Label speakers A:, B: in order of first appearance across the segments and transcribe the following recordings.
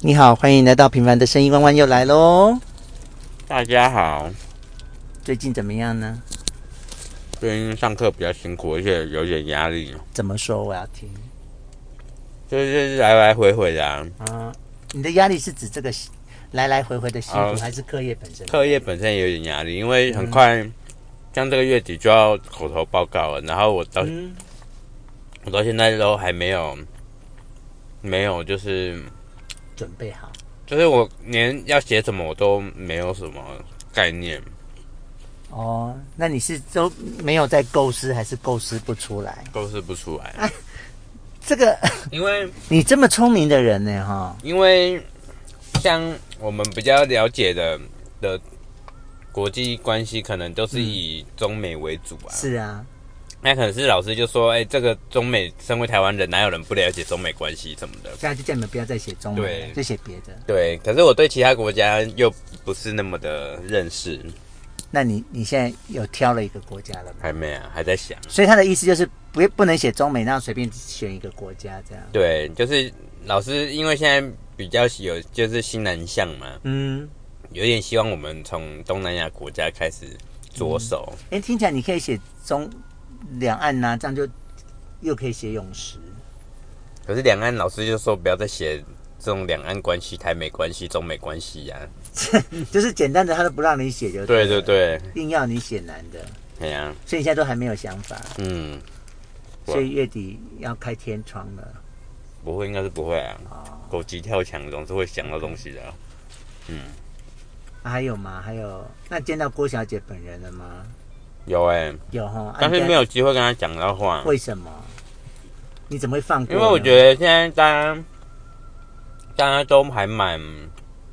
A: 你好，欢迎来到《平凡的声音》，弯弯又来喽。
B: 大家好，
A: 最近怎么样呢？
B: 最近上课比较辛苦，而且有点压力，哦
A: 怎么说？我要听
B: 就是来来回回的、啊。
A: 啊。你的压力是指这个来来回回的辛苦，
B: 哦
A: 还是课业本身？
B: 课业本身也有点压力，因为很快，像这个月底就要口头报告了，然后我到、
A: 嗯，
B: 我到现在都还没有，没有，就是
A: 准备好。
B: 就是我连要写什么我都没有什么概念，
A: 哦，那你是都没有在构思，还是构思不出来？
B: 构思不出来。
A: 这个
B: 因为
A: 你这么聪明的人呢，哈，
B: 因为像我们比较了解的的国际关系，可能都是以中美为主啊。
A: 是啊，
B: 那可能是老师就说，哎、这个中美，身为台湾人，哪有人不了解中美关系什么的？
A: 现在就叫你们不要再写中文
B: 对
A: 了，就写别的。
B: 对，可是我对其他国家又不是那么的认识，
A: 那你你现在有挑了一个国家了吗？
B: 还没啊，还在想。
A: 所以他的意思就是不不能写中美，然后随便选一个国家这样。
B: 对，就是老师，因为现在比较有就是新南向嘛，
A: 嗯，
B: 有点希望我们从东南亚国家开始着手。
A: 哎，听起来你可以写中两岸呐、这样就又可以写泳池。
B: 可是两岸老师就说不要再写这种两岸关系、台美关系、中美关系啊呀、
A: 就是简单的他都不让你写就
B: 对
A: 了
B: 对，对，
A: 硬要你写难的，
B: 哎呀、
A: 所以你现在都还没有想法，
B: 嗯，哇
A: 所以月底要开天窗了。
B: 不会，应该是不会啊。
A: 哦，
B: 狗急跳墙总是会想到东西的啊、
A: 啊还有吗？还有，那见到郭小姐本人了吗？
B: 有哎、
A: 有哈，啊
B: 但是没。
A: 你
B: 有机会跟他讲到话
A: 在，为什么？你怎么会放过
B: 因
A: 呢？
B: 为我觉得现在大家大家都还蛮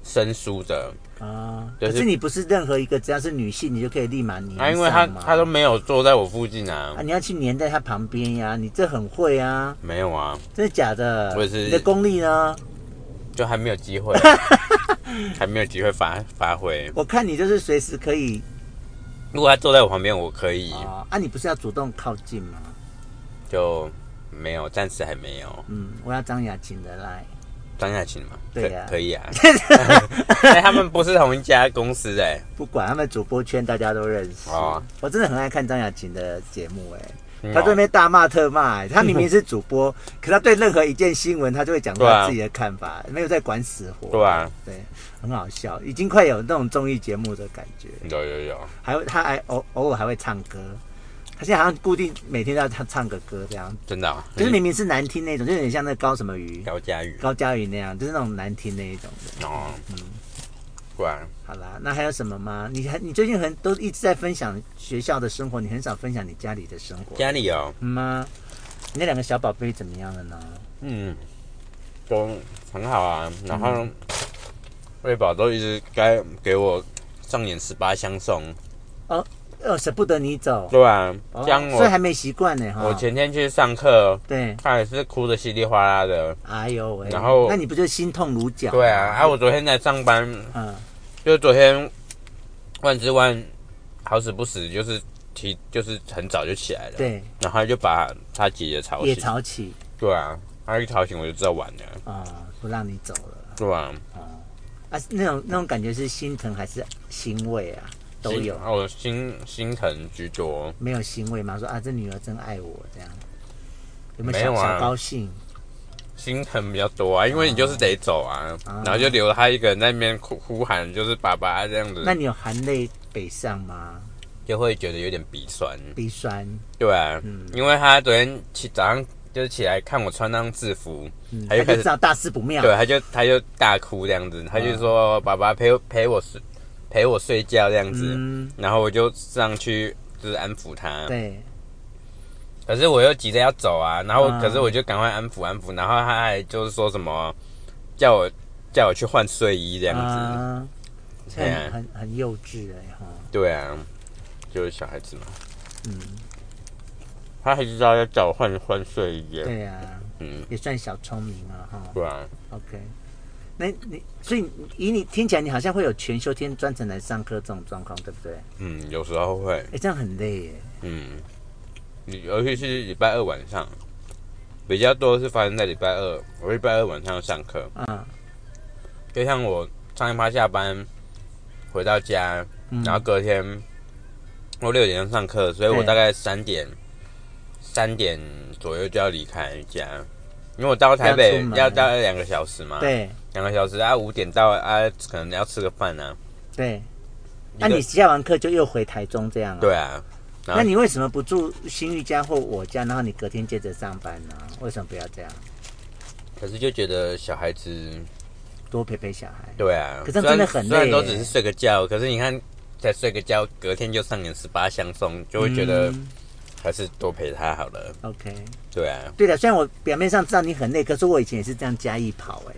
B: 生疏的，
A: 得啊，
B: 就
A: 可
B: 是
A: 是你不是任何一个只要是女性，你就可以立马粘
B: 啊，因为他
A: 上嘛
B: 他都没有坐在我附近啊
A: 啊，，你要去粘在她旁边呀、你这很会啊，
B: 没有啊，
A: 真的假的？
B: 我也是
A: 你的功力呢？
B: 就还没有 机会，还没有机会发发挥。
A: 我看你就是随时可以
B: 如果他坐在我旁边，我可以
A: 啊、啊，你不是要主动靠近吗？
B: 就没有，暂时还没有。
A: 嗯，我要张雅琴的来。
B: 张亚勤嘛，
A: 对啊
B: 可可 以啊，哎，他们不是同一家公司哎、
A: 不管他们主播圈大家都认识。
B: 哦
A: 我真的很爱看张雅琴的节目、哎，
B: 嗯
A: 她这边大骂特骂、 哎，她明明是主播，可她对任何一件新闻，她就会讲出
B: 对啊
A: 她自己的看法，没有在管死活。
B: 对啊，
A: 对，很好笑，已经快有那种综艺节目的感觉，
B: 有有有，
A: 还会她还偶偶尔还会唱歌。她现在好像固定每天都要唱唱个歌这样，
B: 真的、啊，
A: 可是明明是难听那种，就有点像那高什么鱼、
B: 高佳宇
A: 高佳宇那样，就是那种难听那一种的。
B: 哦，
A: 嗯
B: 果然。
A: 好啦，那还有什么吗？你还你最近很都一直在分享学校的生活，你很少分享你家里的生活
B: 家里哦，
A: 嗯吗？你那两个小宝贝怎么样了呢？
B: 嗯，都很好啊。然后喂宝都一直该给我上演十八相送，
A: 哦，舍不得你走，
B: 对啊，
A: 哦
B: 像
A: 所以还啊
B: 我
A: 没习惯呢哈。
B: 我前天去上课，
A: 对，
B: 他也是哭的稀里哗啦的。
A: 哎呦喂，
B: 然后
A: 那你不就心痛如绞？
B: 对啊，啊，我昨天在上班，
A: 嗯，
B: 就昨天万之万好死不死就是提就是很早就起来了，，
A: 对，
B: 然后就把他姐姐吵
A: 也
B: 醒，
A: 吵起
B: 对啊，他一吵醒我就知道完了，
A: 啊、不让你走了
B: 对啊，
A: 啊，那种那种感觉是心疼还是欣慰啊？都
B: 心
A: 有，
B: 哦，心心疼居多，
A: 没有欣慰吗？说啊，这女儿真爱我这样，有没有小
B: 没有啊
A: 小高兴？
B: 心疼比较多啊，因为你就是得走啊，
A: 啊
B: 然后就留他一个人在那边哭呼喊，就是爸爸这样子，
A: 那你有含泪北上吗？
B: 就会觉得有点鼻酸，
A: 鼻酸，
B: 对啊，
A: 嗯
B: 因为他昨天起早上就是起来看我穿那张制服，
A: 嗯，
B: 他
A: 他就
B: 就开
A: 知
B: 始
A: 道大事不妙。
B: 对，他啊就他就大哭这样
A: 嗯
B: 子，他就说、爸爸陪我陪我睡陪我睡觉这样子，
A: 嗯，
B: 然后我就上去就是安抚他，
A: 对，
B: 可是我又急着要走啊，然后、
A: 嗯
B: 可是我就赶快安抚安抚，然后他还就是说什么叫我叫我去换睡衣
A: 这
B: 这样子。
A: 啊、
B: 对啊
A: 很很很幼稚哎哈，
B: 对啊，就是小孩子嘛，
A: 嗯，
B: 他还知道要找换换睡衣耶。
A: 对啊，
B: 嗯，
A: 也算小聪明了哈。
B: 对啊，
A: OK，那你所以以你听起来，你好像会有全休天专程来上课这种状况，对不对？
B: 嗯，有时候会，
A: 哎，这样很累耶。
B: 嗯，尤其是礼拜二晚上，比较多是发生在礼拜二。我礼拜二晚上要上课，
A: 嗯，
B: 就像我上一趴下班回到家，
A: 嗯
B: 然后隔天我六点钟上课，所以我
A: 对
B: 大概三点三点左右就要离开家，因为我到台
A: 要
B: 北
A: 出门
B: 要大概两个小时嘛，，
A: 对
B: 两个小时啊，五点到啊，可能要吃个饭啊，
A: 对，
B: 一
A: 那、
B: 个
A: 你下完课就又回台中这样啊？
B: 对啊，然后
A: 那你为什么不住新玉家或我家，然后你隔天接着上班呢？为什么不要这样？
B: 可是就觉得小孩子，
A: 多陪陪小孩。
B: 对啊，
A: 可是
B: 虽然
A: 真的很累
B: 虽然都
A: 耶
B: 只是睡个觉，可是你看才睡个觉，隔天就上演十八相送，就会觉得
A: 嗯
B: 还是多陪他好了，
A: OK。
B: 对啊，
A: 对的，虽然我表面上知道你很累，可是我以前也是这样嘉义跑、欸，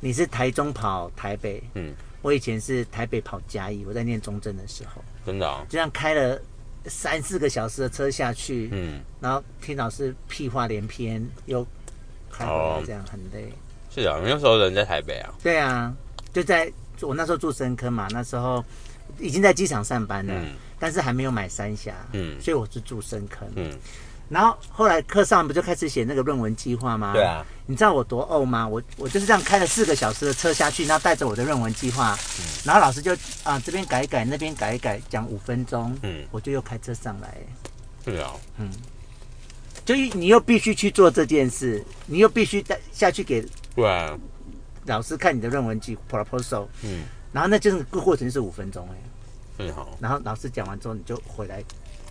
A: 你是台中跑台北，
B: 嗯，
A: 我以前是台北跑嘉义，我在念中正的时候，
B: 真的、哦，
A: 这样开了三四个小时的车下去，
B: 嗯。
A: 然后听老师屁话连篇，又开回来
B: 哦，
A: 这样很累。
B: 是啊，那时候人在台北啊，
A: 对啊，就在我那时候住深坑嘛，那时候已经在机场上班了，
B: 嗯
A: 但是还没有买三峡，
B: 嗯
A: 所以我是住深坑。
B: 嗯，
A: 然后后来课上不就开始写那个论文计划吗？
B: 对啊，
A: 你知道我多怄吗？我我就是这样开了四个小时的车下去，然后带着我的论文计划，
B: 嗯
A: 然后老师就啊、这边改一改，那边改一改，讲五分钟，
B: 嗯
A: 我就又开车上来，
B: 是啊，
A: 就你又必须去做这件事，你又必须带下去给
B: 对啊，
A: 老师看你的论文计 proposal，
B: 嗯，
A: 然后那就是个过程是五分钟哎、
B: 是啊。
A: 然后老师讲完之后你就回来，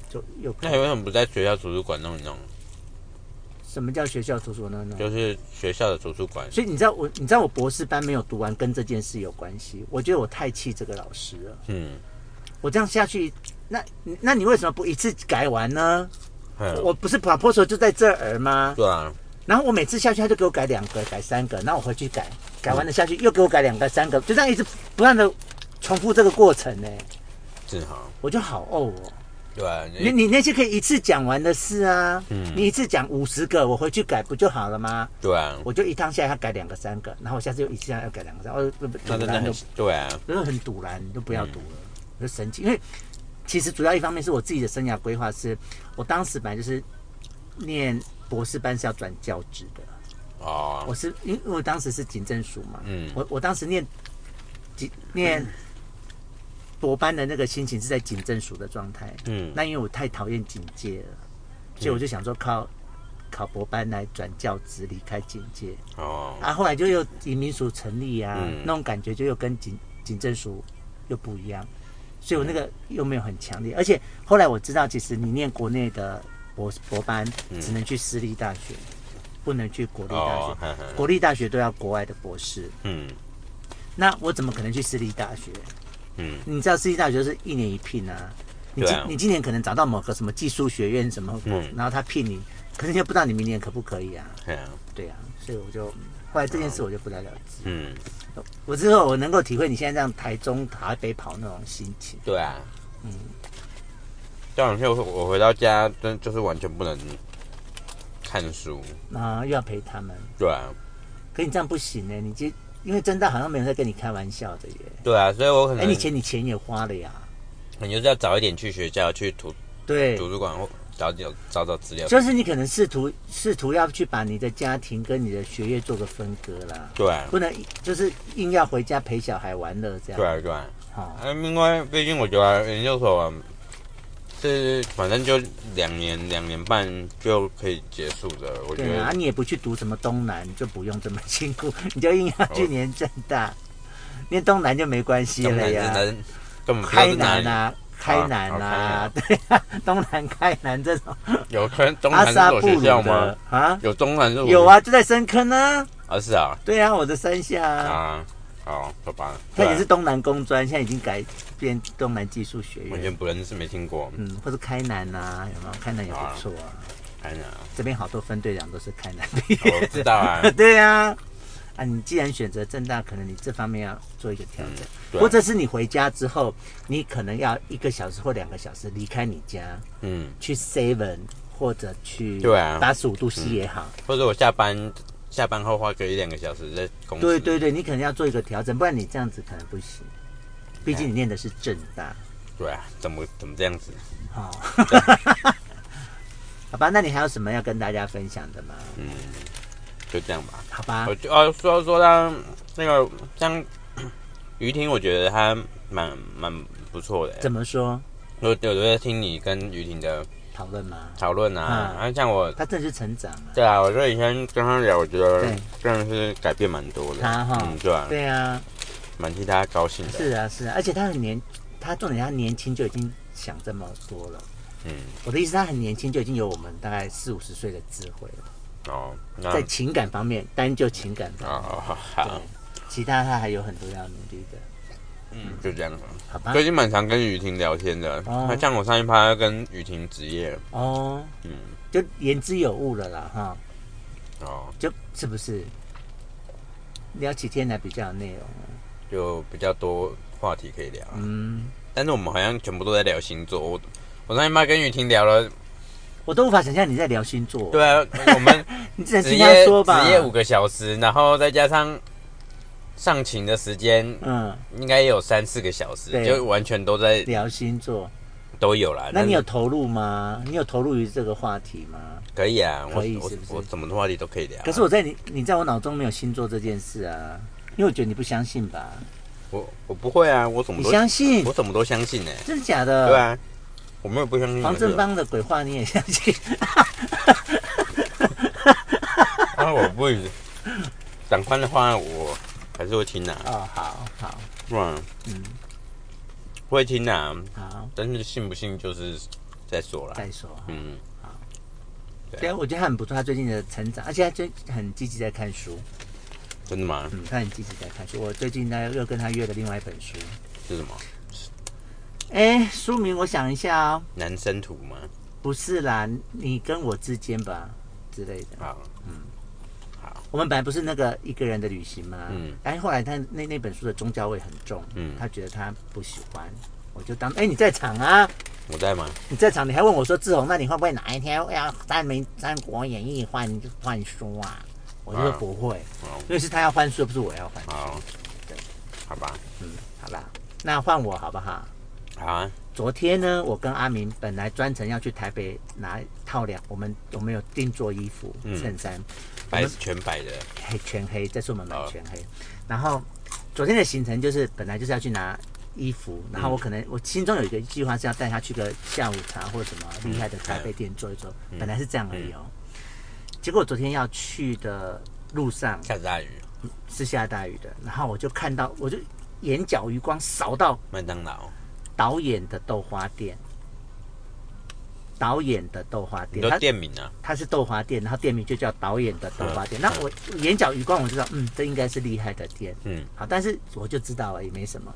A: 就又
B: 那你为什么不在学校图书馆弄一弄？
A: 什么叫学校图书馆那种？
B: 就是学校的图书馆，
A: 所以你知道我，你知道我博士班没有读完跟这件事有关系。我觉得我太气这个老师了。
B: 嗯，
A: 我这样下去，那那你为什么不一次改完呢？
B: 嗯
A: 我不是 proposal 就在这儿吗？
B: 对啊，
A: 然后我每次下去他就给我改两个、改三个，然后我回去改，改完了下去又给我改两个、三个，就这样一直不断的重复这个过程呢、
B: 是哈，
A: 我就好怄哦。
B: 对啊，
A: 你
B: 你
A: 你那些可以一次讲完的事啊，
B: 嗯
A: 你一次讲五十个，我回去改不就好了吗？
B: 对啊，
A: 我就一趟下来他改两个三个，然后我下次又一次要改两个三个，哦不不，
B: 那真的很嗯
A: 就，
B: 对啊，
A: 就是很堵然，就不要堵了，我就生气。因为其实主要一方面是我自己的生涯规划是，我当时本来就是念博士班是要转教职的，
B: 哦，
A: 我是因为我当时是警政署嘛，
B: 嗯
A: 我我当时念警念博班的那个心情是在警政署的状态，
B: 嗯，
A: 那因为我太讨厌警戒了，所以我就想说靠考博班来转教职离开警戒。
B: 哦，
A: 啊，后来就又移民署成立啊，
B: 嗯
A: 那种感觉就又跟警警政署又不一样，所以我那个又没有很强烈。而且后来我知道，其实你念国内的博博班，只能去私立大学，不能去国立大学。
B: 嗯哦，呵呵
A: 国立大学都要国外的博士，
B: 嗯
A: 那我怎么可能去私立大学？
B: 嗯，
A: 你知道私立大学是一年一聘啊，你今、
B: 对啊
A: 你今年可能找到某个什么技术学院什么，
B: 嗯
A: 然后他聘你，可是你又不知道你明年可不可以啊？
B: 对啊，
A: 对啊，所以我就后来这件事我就不了了之。
B: 嗯，
A: 我之后我能够体会你现在这样台中、台北跑那种心情。
B: 对啊，嗯，这两天我我回到家，真就是完全不能看书，
A: 啊，又要陪他们，
B: 对啊，
A: 可你这样不行呢、你这因为真的好像没有在跟你开玩笑的耶。
B: 对啊，所以我可
A: 哎、
B: 能
A: 你钱你钱也花了呀，
B: 你就是要早一点去学校，去图
A: 对，
B: 图书馆或找找找找资料。
A: 嗯就是你可能试图试图要去把你的家庭跟你的学业做个分割啦，
B: 对啊，
A: 不能就是硬要回家陪小孩玩乐这样。
B: 对啊，对啊。
A: 好、
B: 啊，另外，毕竟我觉得研究所啊是反正就两年两年半就可以结束的，我觉
A: 对啊，
B: 得。
A: 你也不去读什么东南，就不用这么辛苦，你就硬要去念正 大，念东南就没关系
B: 根本
A: 了
B: 是
A: 呀。
B: 南根本不知道
A: 啊开
B: 是哪
A: 南
B: 里，
A: 啊，开南啊，
B: 啊
A: 对啊， 东南开南这种
B: 有跟中
A: 阿
B: 南
A: 萨
B: 是我
A: 布
B: 学
A: 鲁
B: 校吗
A: 的？啊，
B: 有中南是我
A: 有，啊，就在深坑啊，
B: 啊是啊
A: 对啊，我的山下啊，
B: 啊，好，好吧，
A: 它
B: 对啊
A: 也是东南工专，现在已经改变东南技术学
B: 完
A: 院，
B: 全不认识，没听过，
A: 嗯，或者开南啊，有没有？开南也不错啊，
B: 哎呀，
A: 这边好多分队长都是开南毕业
B: 我知道 啊，
A: 的，对啊。啊，你既然选择正大，可能你这方面要做一个调整，
B: 对啊
A: 或者是你回家之后，你可能要一个小时或两个小时离开你家，
B: 嗯，
A: 去 Seven 或者去
B: 对啊嗯
A: 八十五度 C 也好，
B: 或者我下班下班后花个一两个小时在公司，
A: 对对对，你可能要做一个调整，不然你这样子可能不行。毕竟你念的是正大，
B: 对啊，怎么怎么这样子？
A: 哦， 好吧，那你还有什么要跟大家分享的吗？
B: 就这样吧。
A: 好吧
B: 呃我，就哦，说说到那个像 于婷，我觉得他蛮蛮不错的欸。
A: 怎么说
B: 我我都在听你跟于婷的
A: 讨论吗？
B: 讨论啊，
A: 嗯
B: 然后像我，
A: 他真的是成长啊，
B: 对啊，我觉得以前跟他聊，我觉得
A: 对
B: 真的是改变蛮多的。
A: 他哈
B: 嗯，对啊，
A: 对啊，
B: 蛮替他高兴的。
A: 是啊是啊，而且他很年，他重点他年轻就已经想这么多了。
B: 嗯，
A: 我的意思，他很年轻就已经有我们大概四五十岁的智慧了，
B: 哦，那
A: 在情感方面，单就情感方面，
B: 哦，好好，
A: 其他他还有很多要努力的，
B: 嗯，就这样吧。
A: 好吧
B: 最？近蛮常跟雨婷聊天的，
A: 啊哦
B: 那像我上一趴跟雨婷职业，
A: 哦，
B: 嗯，
A: 就言之有物了啦，哈，
B: 哦，
A: 就是不是？聊起天来比较有内容，
B: 啊就比较多话题可以聊啊。
A: 嗯，
B: 但是我们好像全部都在聊星座。我我上一趴跟雨婷聊了，
A: 我都无法想象你在聊星座，
B: 对啊，我们
A: 你只能
B: 职
A: 听他
B: 业
A: 说吧
B: 职。业五个小时，然后再加上上琴的时间，
A: 嗯，
B: 应该也有三四个小时，
A: 对
B: 就完全都在
A: 聊星座，
B: 都有啦。
A: 那你有
B: 啊但
A: 投入吗？你有投入于这个话题吗？
B: 可以啊？我
A: 可以
B: 我
A: 是不是
B: 我什么话题都可以聊啊。
A: 可是我在你你在我脑中没有星座这件事啊，因为我觉得你不相信吧？
B: 我我不会啊，我什么
A: 你
B: 都
A: 相信
B: 我？什么都相信呢、
A: 真的假的？
B: 对啊，我没有不相信的。
A: 黄正邦的鬼话你也相信？
B: 啊，我不会长官的话，我还是会听啊的、
A: 哦，好好
B: 是吧？
A: 嗯，
B: 会听的、啊，
A: 好，
B: 但是信不信就是再说啦。
A: 再说。
B: 嗯，对
A: 对啊，我觉得他很不错，他最近的成长，而且他最很积极在看书，
B: 真的吗？
A: 嗯，他很积极在看书。我最近呢又跟他约了另外一本书，
B: 是什么？
A: 哎，书名我想一下哦，
B: 男生图吗？
A: 不是啦，你跟我之间吧之类的。
B: 好，
A: 我们本来不是那个一个人的旅行嘛，
B: 嗯
A: 嗯，但后来他那那本书的宗教味很重，
B: 嗯
A: 嗯，他觉得他不喜欢，我就当哎你在场啊，
B: 我在吗？
A: 你在场，你还问我说：“志宏，那你会不会哪一天要三民三国演义换换书啊？”我就说
B: 啊
A: 不会，
B: 哦，
A: 因为是他要换书，不是我要换。嗯
B: 好，好吧，
A: 好啦，那换我好不好？
B: 好啊，
A: 昨天呢，我跟阿明本来专程要去台北拿套两，我们我们有定做衣服、
B: 嗯
A: 衬衫，
B: 白全白的，
A: 黑全黑，这次我们买
B: 好
A: 全黑。然后昨天的行程就是本来就是要去拿衣服，然后
B: 嗯
A: 我可能、我心中有一个计划是要带他去个下午茶或者什么厉害的咖啡店坐一坐，
B: 嗯
A: 本来是这样而已哦。结果昨天要去的路上
B: 下着大雨，
A: 是下大雨的，然后我就看到我就眼角余光扫到
B: 麦当劳，
A: 导演的豆花店。导演的豆花
B: 你
A: 店，
B: 说
A: 他
B: 店名啊？
A: 它是豆花店，然后店名就叫导演的豆花店。那我眼角余光我知道，嗯，这应该是厉害的店，
B: 嗯，
A: 好，但是我就知道了，也没什么。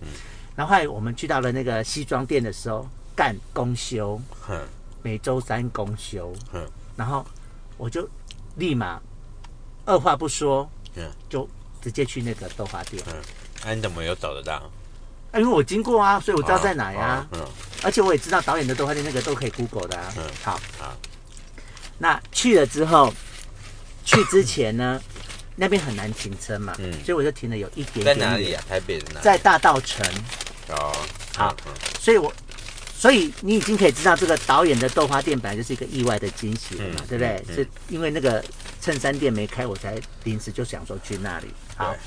A: 然后后来我们去到了那个西装店的时候，干公休，
B: 哼，
A: 每周三公休，
B: 嗯
A: 然后我就立马二话不说，
B: 嗯
A: 就直接去那个豆花店，
B: 那、啊你怎么有找得到？
A: 啊，因为我经过啊，所以我
B: 我
A: 知道在哪呀、啊。
B: 嗯，
A: 而且我也知道导演的豆花店那个都可以 Google 的啊。
B: 嗯
A: 好，
B: 好
A: 那去了之后，去之前呢，那边很难停车嘛，
B: 嗯
A: 所以我就停了有一点点
B: 在哪里
A: 远
B: 啊？台北的哪里？
A: 在大道城，
B: 哦，
A: 好
B: 嗯，
A: 所以我，所以你已经可以知道这个导演的豆花店本来就是一个意外的惊喜了嘛，
B: 嗯
A: 对不对？
B: 嗯
A: 是因为那个衬衫店没开，我才临时就想说去那里。好
B: 对，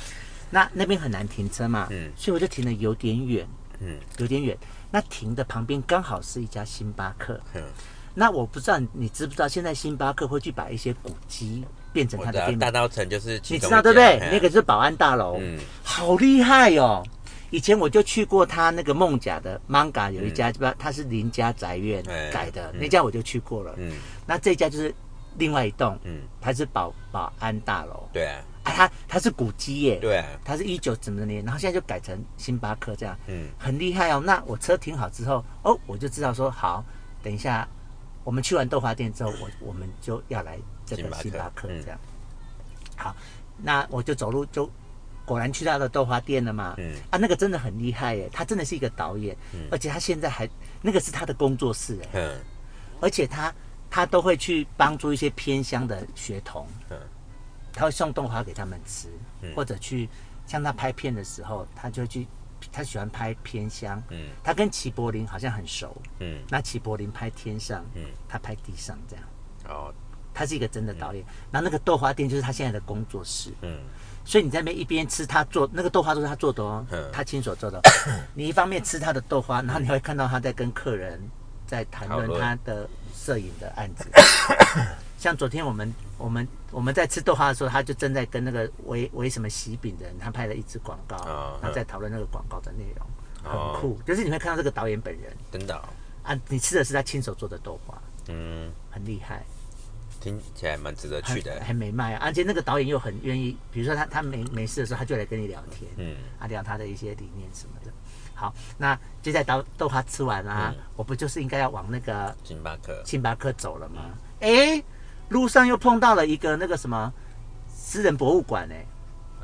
A: 那那边很难停车嘛，
B: 嗯
A: 所以我就停的有点远，
B: 嗯
A: 有点远。那停的旁边刚好是一家星巴克，
B: 嗯
A: 那我不知道你知不知道，现在星巴克会去把一些古迹变成
B: 嗯我
A: 它
B: 啊知
A: 的
B: 道
A: 店
B: 大
A: 名，
B: 道城就是其
A: 你知
B: 中
A: 道
B: 一
A: 对不对
B: 家？
A: 那个，是保安大楼，
B: 哎嗯
A: 好厉害哦！以前我就去过他那个梦甲的 Manga 有一家，不、它是林家宅院
B: 嗯哎
A: 改的、
B: 嗯
A: 那家，我就去过了。
B: 嗯
A: 那这家就是另外一栋，
B: 嗯，
A: 它是保保安大楼，
B: 对啊，
A: 啊，它它是古迹耶，
B: 对啊，
A: 它是一九怎么年，然后现在就改成星巴克这样，
B: 嗯
A: 很厉害哦。那我车停好之后，哦，我就知道说好，等一下我们去完豆花店之后，我我们就要来这
B: 星
A: 个
B: 巴克
A: 星巴克
B: 嗯
A: 这样。好，那我就走路就果然去到了豆花店了嘛。
B: 嗯
A: 啊，那个真的很厉害耶，他真的是一个导演，而且他现在还那个是他的工作室哎，
B: 嗯
A: 而且他他都会去帮助一些偏乡的学童，
B: 嗯
A: 他会送豆花给他们吃，或者去像他拍片的时候，他就会去，他喜欢拍偏乡，
B: 嗯
A: 他跟齐柏林好像很熟，
B: 嗯，
A: 那齐柏林拍天上，
B: 嗯
A: 他拍地上这样。
B: 哦，
A: 他是一个真的导演。然后那个豆花店就是他现在的工作室，
B: 嗯，
A: 所以你在那边一边吃他做那个豆花都是他做的哦
B: 嗯，
A: 他亲手做的哦。你一方面吃他的豆花，然后你会看到他在跟客人在谈
B: 讨
A: 论
B: 论
A: 他的摄影的案子。像昨天我们我们我们在吃豆花的时候，他就正在跟那个为为什么喜饼的人，他拍了一支广告，
B: 哦
A: 然后在讨论那个广告的内容，
B: 哦
A: 很酷。就是你会看到这个导演本人
B: 真的哦，
A: 啊，你吃的是他亲手做的豆花，
B: 嗯，
A: 很厉害。
B: 听起来蛮值得去的
A: 很，很美卖啊，而且那个导演又很愿意，比如说他他没没事的时候，他就来跟你聊天，
B: 嗯，
A: 啊聊他的一些理念什么的。好，那接下来豆豆花吃完啊，
B: 嗯
A: 我不就是应该要往那个
B: 星巴克，
A: 星巴克走了吗？哎、路上又碰到了一个那个什么私人博物馆哎、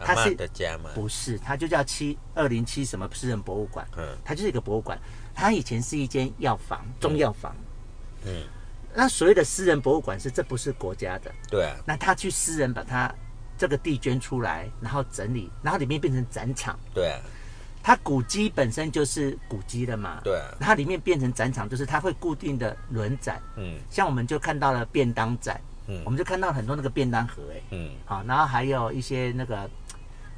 B: 阿
A: 它
B: 妈
A: 是
B: 的家嘛，
A: 不是，它就叫七二零七什么私人博物馆，
B: 嗯
A: 它就是一个博物馆，它以前是一间药房，中药房。
B: 嗯，
A: 那所谓的私人博物馆是这不是国家的，
B: 对啊，
A: 那他去私人把他这个地捐出来，然后整理，然后里面变成展场。
B: 对啊，
A: 它古迹本身就是古迹了嘛，
B: 对啊，
A: 它里面变成展场，就是它会固定的轮展，
B: 嗯
A: 像我们就看到了便当展，我
B: 嗯
A: 们就看到很多那个便当盒、哎，
B: 嗯，
A: 好，然后还有一些那个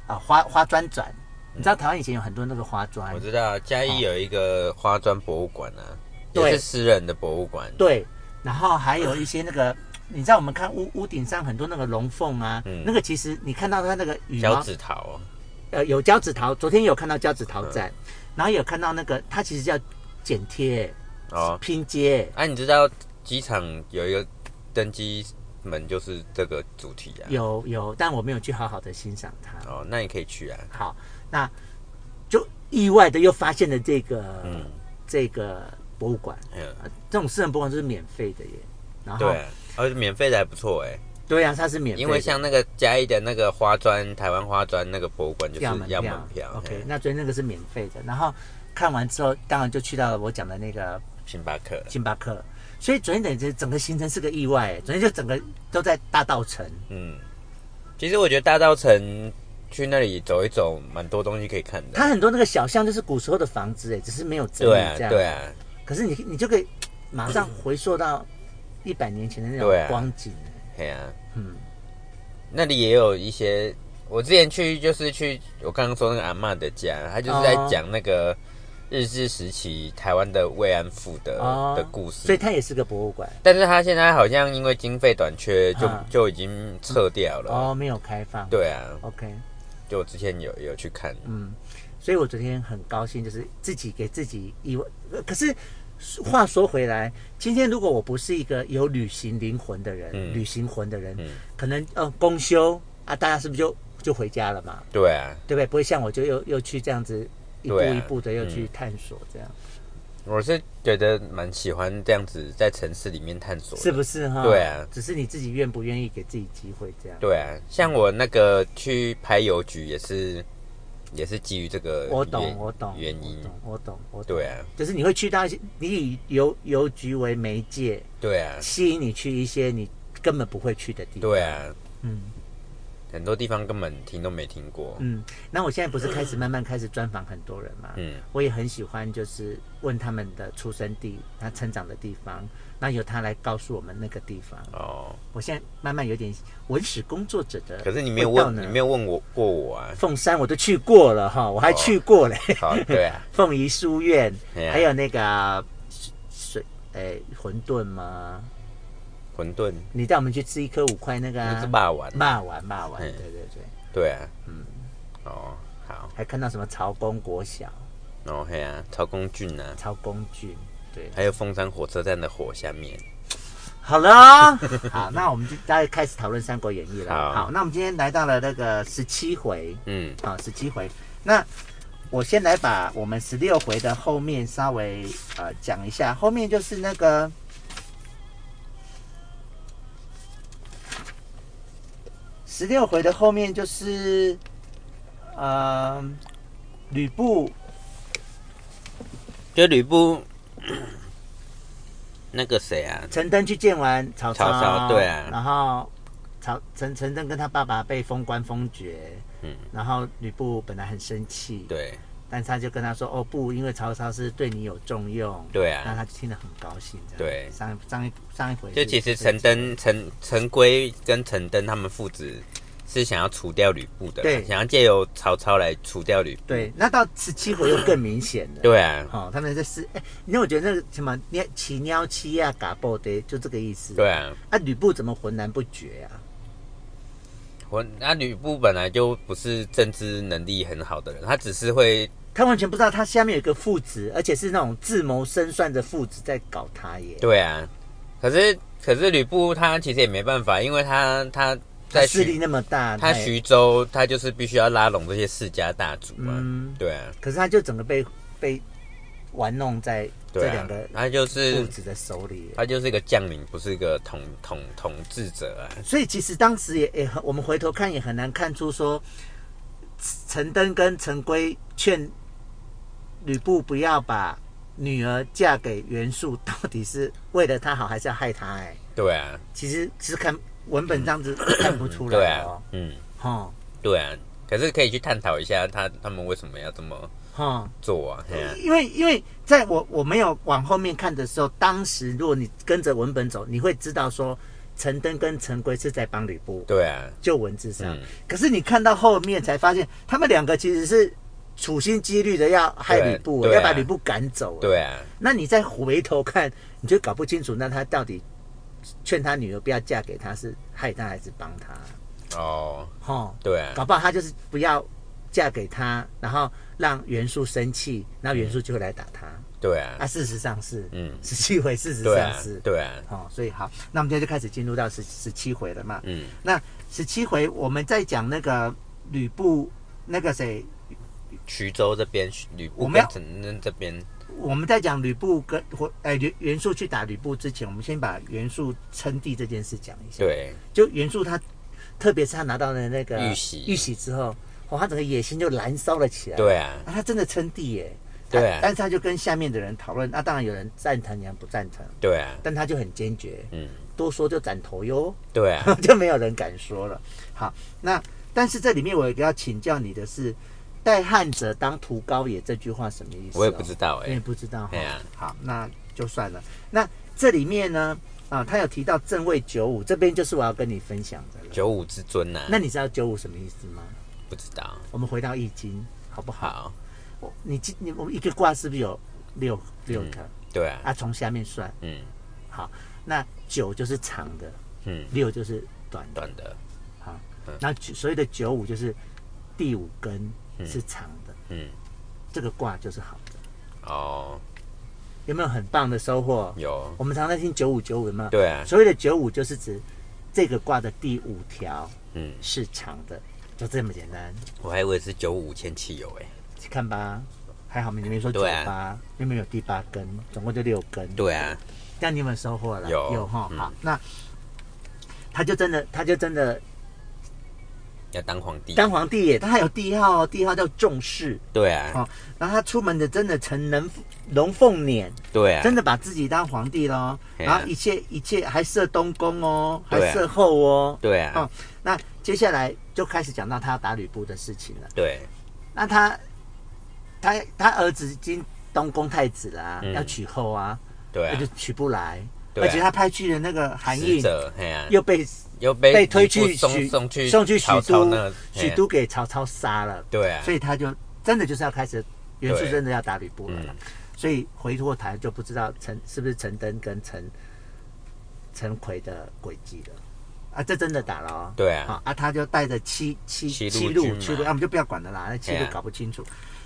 A: 啊花花砖展，你
B: 嗯
A: 知道台湾以前有很多那个花砖
B: 我，知道嘉义有一个花砖博物馆啊，也
A: 对
B: 是私人的博物馆，
A: 对，然后还有一些那个。你知道我们看屋屋顶上很多那个龙凤啊，
B: 嗯
A: 那个其实你看到它那个羽毛
B: 小紫桃，哦
A: 呃，有胶纸桃，昨天有看到胶纸桃
B: 嗯
A: 展，然后有看到那个，它其实叫剪贴、
B: 哦，
A: 拼接，
B: 啊，你知道机场有一个登机门就是这个主题啊，
A: 有有，但我没有去好好的欣赏它。
B: 哦，那你可以去啊，
A: 好，那就意外的又发现了这个、
B: 嗯
A: 这个博物馆，
B: 嗯，
A: 呃这种私人博物馆都是免费的耶。然后
B: 对啊，而且免费的还不错哎。
A: 对呀、它是免费的，
B: 因为像那个嘉义的那个花砖，台湾花砖那个博物馆就是
A: 要门
B: 要
A: 票
B: 门票。
A: OK，
B: 嘿
A: 那所以那个是免费的。然后看完之后，当然就去到了我讲的那个
B: 星巴克，
A: 星巴
B: 嗯
A: 克。所以昨天等于整个行程是个意外，昨天就整个都在大道城。
B: 嗯，其实我觉得大稻城去那里走一走，蛮多东西可以看的。
A: 它很多那个小巷就是古时候的房子，哎，只是没有整理
B: 对啊
A: 这，样。
B: 对啊，
A: 可是你你就可以马上回溯到一百年前的那
B: 对啊
A: 种光景。
B: 嘿啊，
A: 嗯，
B: 那里也有一些。我之前去就是去我刚刚说那个阿嬷的家，她就是在
A: 哦
B: 讲那个日治时期台湾的慰安妇的、
A: 哦
B: 的故事，
A: 所以它也是个博物馆
B: 但是他现在好像因为经费短缺就，就、
A: 嗯
B: 已经撤掉了。
A: 哦，没有开放。
B: 对啊，
A: ，OK，
B: 就我之前有有去看，
A: 嗯，所以我昨天很高兴，就是自己给自己意外。呃可是话说回来，今天如果我不是一个有旅行灵魂的人，
B: 嗯
A: 旅行魂的人，
B: 嗯
A: 可能呃公休啊，大家是不是就就回家了嘛？
B: 对啊，
A: 对不对？不会像我就又又去这样子一步
B: 对啊
A: 一步的又去探索这样，
B: 我是觉得蛮喜欢这样子在城市里面探索的。
A: 是不是哈？
B: 对啊
A: 只是你自己愿不愿意给自己机会这样。
B: 对啊，像我那个去拍邮局也是，也是基于这个
A: 我懂，
B: 原
A: 我懂，
B: 原因
A: 我。懂，我懂，我懂。
B: 对啊，
A: 就是你会去到一些，你以邮邮局为媒介，
B: 对啊，
A: 吸引你去一些你根本不会去的地方。
B: 对啊，
A: 嗯
B: 很多地方根本听都没听过。
A: 嗯。那我现在不是开始慢慢开始专访很多人嘛？
B: 嗯
A: 我也很喜欢，就是问他们的出生地、他成长的地方，那由他来告诉我们那个地方。
B: 哦，
A: 我现在慢慢有点文史工作者呃的味道呢，。
B: 可是你没有问，你没有问我过我啊
A: 凤山我都去过了哈，我还去过嘞，
B: 好，对啊，
A: 凤仪书院，
B: 哎呀
A: 啊还有那个水水诶馄饨吗？
B: 馄饨
A: 你带我们去吃一颗五块那个
B: 那
A: 啊
B: 是霸王。
A: 骂完骂完，
B: 哎
A: 对对对，
B: 对啊，嗯，哦，好，
A: 还看到什么曹公国小、
B: 然后嘿啊，曹公郡啊，
A: 曹公郡，对，
B: 还有凤山火车站的火下面，
A: 好了哦， 好，那我们就大家开始讨论《三国演义》了。
B: 好
A: 那我们今天来到了那个十七回，
B: 嗯，
A: 啊，十七回。那我先来把我们十六回的后面稍微呃讲一下，后面就是那个十六回的后面就是呃吕布
B: 就吕布 那个谁啊，
A: 陈登去见完曹操，
B: 曹操对啊
A: 然后曹陈陈登跟他爸爸被封官封爵，
B: 嗯，
A: 然后吕布本来很生气，
B: 对，
A: 但是他就跟他说：“哦不，因为曹操是对你有重用。”
B: 对
A: 那
B: 啊，
A: 他就听得很高兴，这样。
B: 对
A: 上一上一上一回
B: 就是其实
A: 这
B: 陈
A: 个
B: 登、陈陈规跟陈登他们父子是想要除掉吕布的啦，
A: 对
B: 想要借由曹操来除掉吕布。
A: 对，那到十七回又更明显了。
B: 对啊，
A: 哦，他们在是哎，因为我觉得那个什么“奇鸟七呀嘎布的”，就这个意思。
B: 对啊，
A: 啊，吕布怎么浑然不觉啊？
B: 我那吕布本来就不是政治能力很好的人，他只是会
A: 他完全不知道他下面有一个父子，而且是那种智谋深算的父子在搞他耶。
B: 对啊，可是可是吕布他其实也没办法，因为他他
A: 他
B: 在
A: 势力
B: 徐
A: 那么大，哎
B: 他
A: 也
B: 徐州，他就是必须要拉拢这些世家大族嘛，
A: 嗯
B: 对啊，
A: 可是他就整个被被玩弄在
B: 对
A: 这
B: 啊
A: 两个，
B: 他就
A: 父
B: 是
A: 子的手里耶。
B: 他就是一个将领，不是一个统统统治者啊，
A: 所以其实当时也也很，我们回头看也很难看出说，陈登跟陈规劝吕布不要把女儿嫁给袁术，到底是为了他好还是要害他、哎，
B: 对啊，
A: 其实其实看文本这样子看不出
B: 对
A: 来
B: 啊
A: 哦，，
B: 嗯，
A: 哈
B: 对啊，可是可以去探讨一下他他们为什么要这么
A: 哈、
B: 做啊，对啊，
A: 因为因为在我我没有往后面看的时候，当时如果你跟着文本走，你会知道说陈登跟陈规是在帮吕布，
B: 对啊，
A: 就文字上。
B: 嗯
A: 可是你看到后面才发现，他们两个其实是处心积虑的要害吕布，
B: 对对啊
A: 要把吕布赶走。，
B: 对啊，
A: 那你再回头看，你就搞不清楚，那他到底劝他女儿不要嫁给他是害他还是帮他？
B: 哦，
A: 哦，
B: 对啊，
A: 搞不好他就是不要嫁给他，然后让袁术生气，然后袁术就会来打他。
B: 对啊
A: 啊，，事实上是，
B: 嗯，
A: 十七回事实
B: 对
A: 上
B: 啊
A: 是，，
B: 对啊，
A: 哦，所以好，那我们现在就开始进入到十十七回了嘛。
B: 嗯，
A: 那十七回我们在讲那个吕布，那个谁，
B: 徐州这边吕布
A: 我们
B: 跟
A: 要
B: 陈登这边，
A: 我们在讲吕布跟或呃袁袁术去打吕布之前，我们先把袁术称帝这件事讲一下。，
B: 对，
A: 就袁术他，特别是他拿到了那个
B: 玉玺
A: 玉玺之后，哦，他整个野心就燃烧了起来。
B: 对啊，
A: 啊，他真的称帝耶。
B: 对
A: 啊但是他就跟下面的人讨论，啊那、当然有人赞成，有人不赞成，
B: 对啊，
A: 但他就很坚决，
B: 嗯，
A: 多说就斩头哟。
B: 对啊，
A: 就没有人敢说了。好，那但是这里面我有一个要请教你的是，“待汉者当屠高也”这句话什么意思哦、
B: 我也不知道
A: 你
B: 哎
A: 也，不知道哈
B: 哎呀。
A: 好，那就算了。那这里面呢，啊，他有提到正位九五，这边就是我要跟你分享的了。
B: 九五之尊呐，
A: 那你知道九五什么意思吗？
B: 不知道，
A: 我们回到易经，好不好？
B: 好，
A: 我你记你我们一个卦是不是有六六个、
B: 对啊，
A: 啊？从下面算，
B: 嗯
A: 那九就是长的，
B: 嗯，
A: 六就是短的。
B: 短的，
A: 那九所谓的九五就是第五根
B: 嗯
A: 是长的，
B: 嗯，
A: 这个卦就是好的，
B: 哦，
A: 有没有很棒的收获？
B: 有，
A: 我们常常听九五九五嘛，
B: 嗯对啊，
A: 所谓的九五就是指这个卦的第五条
B: 嗯，
A: 是长的，就这么简单。
B: 我还以为是九五前汽油哎，
A: 去看吧，还好没没说九
B: 对啊
A: 八，因为没有第八根，总共就六根。
B: 对啊，
A: 但你有没有收获了？
B: 有
A: 有哈。
B: 嗯
A: 好，那他就真的，他就真的
B: 要当皇帝，
A: 当皇帝耶，他还有帝号哦，帝号叫重视。
B: 对啊，
A: 哦，然后他出门的真的成龙龙凤辇，
B: 对啊，
A: 真的把自己当皇帝喽。
B: 嘿
A: 然
B: 啊
A: 后一切一切还设东宫哦，还
B: 对啊
A: 设后哦。
B: 对啊
A: 哦，那接下来就开始讲到他要打吕布的事情了。
B: 对，
A: 那他他他儿子已经东宫太子了、啊
B: 嗯
A: 要娶后啊，
B: 对
A: 那
B: 啊
A: 就，娶不来。
B: 对啊
A: 而且他派去的那个韩
B: 使
A: 信
B: 者，哎呀，
A: 又被
B: 又被
A: 被推去
B: 吕布
A: 许
B: 送送去
A: 送去许
B: 曹操
A: 都
B: 那，哎啊
A: 许都给曹操杀了，
B: 对啊，
A: 所以他就真的就是要开始袁术
B: 对
A: 真的要打吕布了啦
B: 嗯。
A: 所以回过头就不知道陈是不是陈登跟陈陈奎的诡计了啊，这真的打了哦。
B: 对啊
A: 好啊，他就带着七七
B: 七路
A: 七
B: 军
A: 路
B: 嘛
A: 七路，啊我们就不要管了啦，那七
B: 对
A: 路
B: 啊
A: 搞不清楚。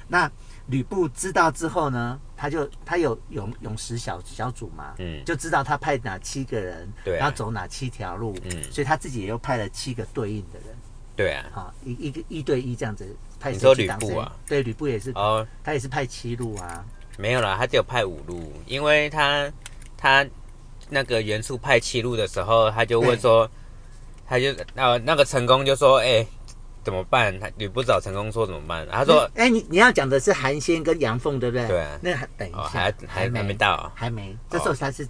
A: 那吕布知道之后呢，他就他有勇勇士小小组嘛，
B: 嗯
A: 就知道他派哪七个人，
B: 对啊
A: 然后走哪七条路，
B: 嗯
A: 所以他自己也又派了七个对应的人，
B: 对啊，
A: 哈，一一个一对一这样子派
B: 你
A: 谁
B: 说
A: 去
B: 吕
A: 当
B: 布
A: 谁
B: 啊？
A: 对，吕布也是，
B: 哦，
A: 他也是派七路啊，
B: 没有啦，他只有派五路，因为他他那个袁术派七路的时候，他就问说，他就呃那个陈宫就说，哎、怎么办？他吕布找陈宫说怎么办？他
A: 他
B: 说，
A: 哎、你你要讲的是韩先跟杨凤，对不对？
B: 对啊
A: 那还等一下，
B: 哦，还还
A: 没
B: 还没，到啊，
A: 还没。这时候他是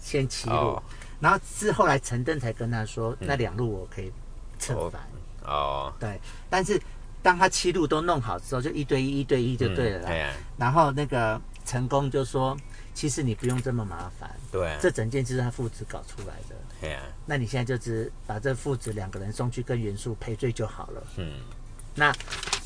A: 先七路，
B: 哦嗯
A: 然后是后来陈登才跟他说，那两路我可以策反。
B: 哦，
A: 对，但是当他七路都弄好之后，就一对一、一对一就对了
B: 嗯
A: 啦。
B: 对啊，
A: 然后那个成功就说，其实你不用这么麻烦，
B: 对啊，
A: 这整件事是他父子搞出来的。
B: 对啊，
A: 那你现在就只把这父子两个人送去跟袁术赔罪就好了。
B: 嗯，
A: 那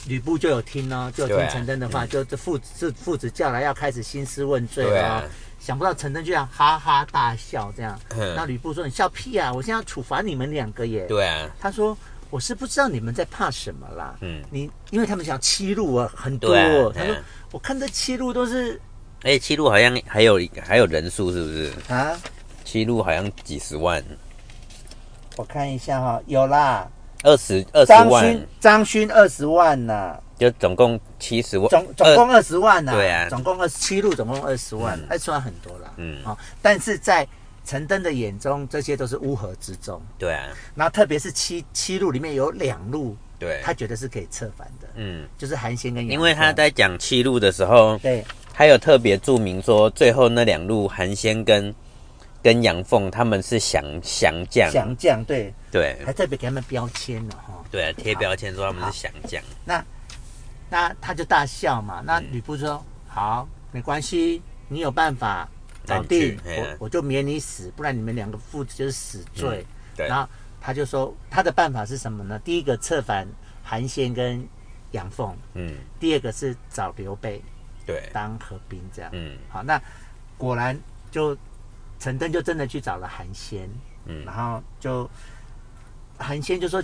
A: 吕布就有听哦，就有
B: 对
A: 听
B: 啊
A: 陈登的话，就这父子这父子叫来要开始兴师问罪
B: 对
A: 了、
B: 啊
A: 想不到陈登居然哈哈大笑这样。
B: 哼
A: 那吕布说：“你笑屁啊！我现在要处罚你们两个耶。”
B: 嗯对啊，
A: 他说：“我是不知道你们在怕什么啦。
B: 嗯
A: 你因为他们想七路啊，很多。
B: 对啊
A: 他
B: 对
A: 说
B: 啊：“
A: 我看这七路都是
B: 而且哎七路好像还有还有人数，是不是？
A: 啊，
B: 七路好像几十万，
A: 我看一下哈、有啦，
B: 二十二
A: 张
B: 十万
A: 勋，张勋二十万呐、
B: 就总共七十万，
A: 总总共二十万呐、
B: 对啊
A: 总共二十七路，总共二十万
B: 嗯，
A: 还、算很多啦。
B: 嗯
A: 哦，但是在陈登的眼中，这些都是乌合之众。
B: 对啊，
A: 然后特别是七七路里面有两路，
B: 对，
A: 他觉得是可以策反的，
B: 嗯，
A: 就是韩信跟杨
B: 因为他
A: 顺
B: 在讲七路的时候，
A: 对
B: 还有特别注明说，最后那两路韩先跟跟杨凤他们是降降将，
A: 降将对，
B: 对
A: 还特别给他们标签了哈、
B: 对啊，贴标签说他们是降将，
A: 那他就大笑嘛。那
B: 嗯
A: 吕布说：“好，没关系，你有办法
B: 那
A: 搞
B: 你去
A: 定，
B: 嘿啊嗯
A: 我我就免你死，不然你们两个父子就是死罪。
B: 对
A: 然后他就说他的办法是什么呢？第一个策反韩信跟杨凤，
B: 嗯，
A: 第二个是找刘备
B: 对，
A: 当和兵，这样。
B: 嗯
A: 好，那果然就陈登就真的去找了韩先，
B: 嗯
A: 然，后就韩先就说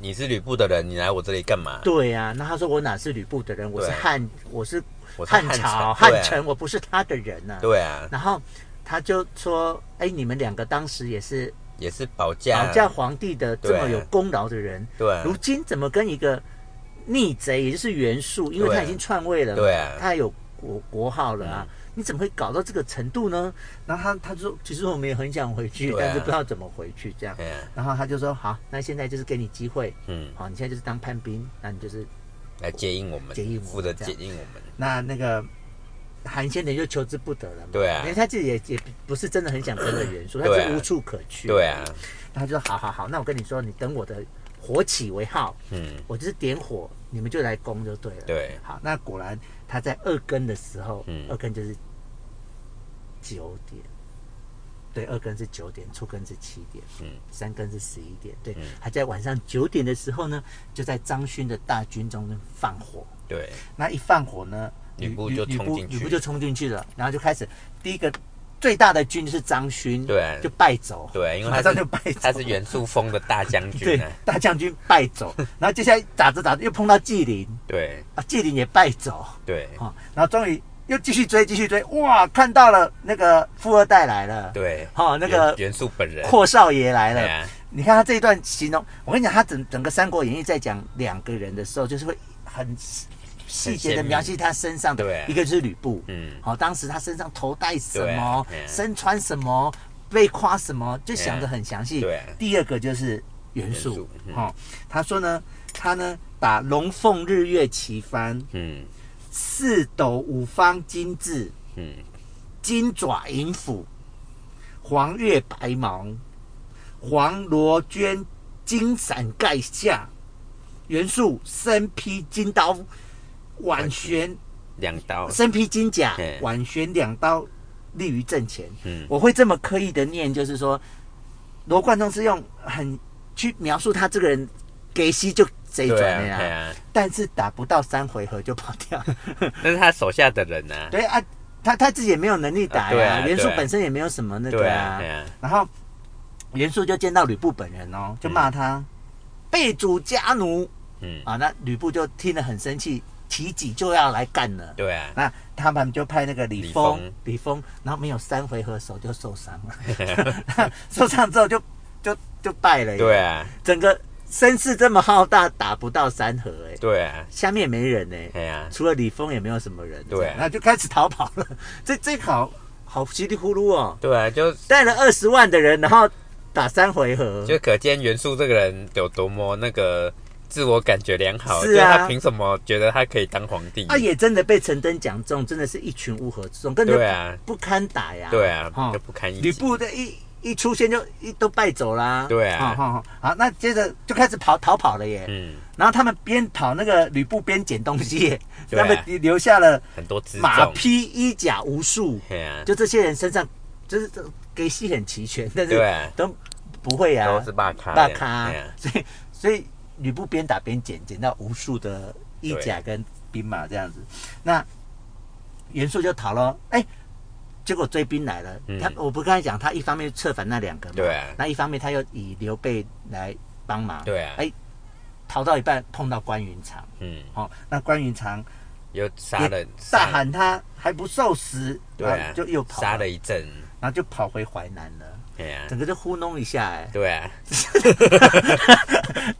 B: 你是吕布的人，你来我这里干嘛？
A: 对呀、那他说我哪是吕布的人，我是
B: 对啊
A: 汉，我是
B: 我是
A: 汉
B: 汉
A: 朝
B: 朝
A: 汉
B: 对啊
A: 臣，我不是他的人呐、
B: 对啊，
A: 然后他就说：“哎，你们两个当时也是
B: 也是保驾，
A: 保驾皇帝的这
B: 啊对啊
A: 么有功劳的人，
B: 对啊
A: 如今怎么跟一个逆贼，也就是袁术，因为
B: 对
A: 他已经篡位了嘛，
B: 对啊
A: 他有国国号了啊。你怎么会搞到这个程度呢？然后他他说，其实我们也很想回去，
B: 对啊
A: 但是不知道怎么回去这样。
B: 对啊，
A: 然后他就说，好，那现在就是给你机会，
B: 嗯，
A: 好，你现在就是当叛兵，那你就是
B: 来接应我们，
A: 接应我们
B: 负责
A: 这
B: 接
A: 样
B: 应我们，
A: 那那个韩先生就求之不得了嘛，
B: 对啊
A: 因为他自己也也不是真的很想跟着袁术，他
B: 对啊
A: 是无处可去，
B: 对啊，
A: 他就说好好好，那我跟你说，你等我的火起为号，
B: 嗯，
A: 我就是点火，你们就来攻就对了，，
B: 对，
A: 好，那果然他在二更的时候，
B: 嗯
A: 二更就是九点。对，二更是九点，初更是七点，
B: 嗯，
A: 三更是十一点。对，
B: 嗯
A: 他在晚上九点的时候呢，就在张勋的大军中放火，
B: 对，
A: 那一放火呢，
B: 吕布就
A: 吕
B: 冲
A: 布
B: 进
A: 吕布
B: 去
A: 就冲进去了，然后就开始第一个最大的军就是张勋，
B: 对啊
A: 就败走，
B: 对，因为
A: 马
B: 他
A: 上
B: 是
A: 就败走，
B: 他是袁术风的大将
A: 对
B: 军啊，
A: 大将军败 走，然后接下来打着打着又碰到纪灵
B: 对
A: 啊，纪灵也败走
B: 对
A: 啊，然后终于又继续追继续追，哇，看到了那个富二代来了，
B: 对，
A: 哦那个
B: 袁袁术本人，
A: 阔少爷来
B: 对
A: 了，
B: 啊，
A: 你看他这一段形容，我跟你讲，他整整个《三国演义》在讲两个人的时候，就是会很细节的
B: 很鲜明
A: 描写他身上
B: 对
A: 的
B: 啊，
A: 一个就是吕布，
B: 嗯
A: 好、当时他身上头戴什
B: 对
A: 么
B: 啊对啊，
A: 身穿什么，被夸什么，就想得很详细。
B: 对啊
A: 第二个就是袁
B: 袁
A: 术
B: 术，嗯
A: 哦，他说呢，他呢把龙凤日月旗幡、
B: 嗯
A: 四斗五方金字、
B: 嗯，
A: 金爪银斧、黄月白毛、黄罗绢金伞盖下，袁术身披金刀，挽旋
B: 两刀，
A: 身披金甲
B: 嘿，
A: 挽旋两刀，立于阵前。
B: 嗯
A: 我会这么刻意的念，就是说，罗贯中是用很去描述他这个人，给西就贼
B: 对
A: 转
B: 啊
A: 的
B: 对
A: 呀，
B: 啊，
A: 但是打不到三回合就跑掉。
B: 那是他手下的人啊，
A: 对啊，他他自己也没有能力打
B: 啊对
A: 呀、
B: 啊
A: 袁术
B: 对啊
A: 本身也没有什么那
B: 对
A: 个
B: 啊
A: 啊
B: 对。啊，
A: 然后袁术就见到吕布本人哦，就骂他背主家奴
B: 嗯
A: 啊。那吕布就听了很生气，提己就要来干了。
B: 对啊，
A: 那他们就派那个李
B: 李
A: 峰
B: 峰，
A: 李峰，然后没有三回合手就受伤 了， 受伤之后就就就败了，
B: 对，啊
A: 整个声势这么浩大，打不到三合哎，
B: 对啊，
A: 下面也没人哎，
B: 对啊，
A: 除了李峰也没有什么人，
B: 对
A: 然后就开始逃跑了， 这这好好稀里糊涂哦，
B: 对啊，就
A: 带了二十万的人，然后打三回合，
B: 就可见袁术这个人有多么那个自我感觉良好，
A: 是啊
B: 就他凭什么觉得他可以当皇帝？
A: 啊也真的被陈登讲中，真的是一群乌合之众，根本
B: 对
A: 就
B: 啊，
A: 不堪打呀，
B: 对啊
A: 哦，
B: 就不堪一击。
A: 吕布的一一一出现就一都败走啦。
B: 对啊
A: 好好好，好，那接着就开始跑逃跑了耶。
B: 嗯，
A: 然后他们边跑那个吕布边捡东西耶，
B: 对啊
A: 他们留下了
B: 很多辎
A: 马
B: 重，
A: 匹衣甲无数，
B: 对啊，
A: 就这些人身上就是这给戏很齐全，但是
B: 对啊
A: 都不会啊，
B: 都是大咖的，
A: 大咖
B: 对啊，
A: 所以所以吕布边打边捡，捡到无数的衣甲跟兵马这样子。那袁术就逃了，哎、结果追兵来了。
B: 嗯
A: 他我不刚才讲，他一方面策反那两个嘛，
B: 对啊
A: 那一方面他又以刘备来帮忙，
B: 对啊
A: 哎、逃到一半碰到关云长，
B: 嗯，
A: 哦，那关云长
B: 又杀了
A: 也，大
B: 杀了，
A: 喊他还不受死，
B: 对
A: 然
B: 啊，
A: 后就又跑
B: 杀了，一阵，
A: 然后就跑回淮南了，
B: 对啊，
A: 整个就糊弄一下、哎。
B: 对啊，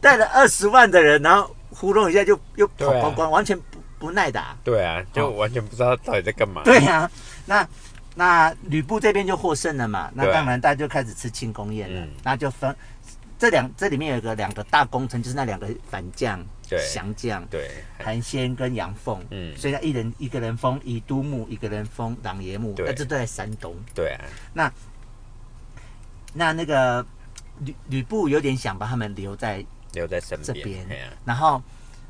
A: 带了二十万的人，然后糊弄一下就又跑
B: 对啊
A: 光光，完全不不耐打。
B: 对啊，就完全不知道到底在干嘛，
A: 对呀、那那吕布这边就获胜了嘛，那
B: 对啊
A: 当然大家就开始吃庆功宴了，
B: 嗯
A: 那就分。这两这里面有个两个大功臣，就是那两个反将
B: 对、
A: 降将
B: 对，
A: 韩暹跟杨凤，
B: 嗯
A: 所以他一人一个人封以都牧，一个人封琅琊墓，
B: 对
A: 那这都在山东。
B: 对啊，
A: 那那个吕吕布有点想把他们留在，
B: 留在身
A: 这
B: 边
A: 边，
B: 对啊，
A: 然后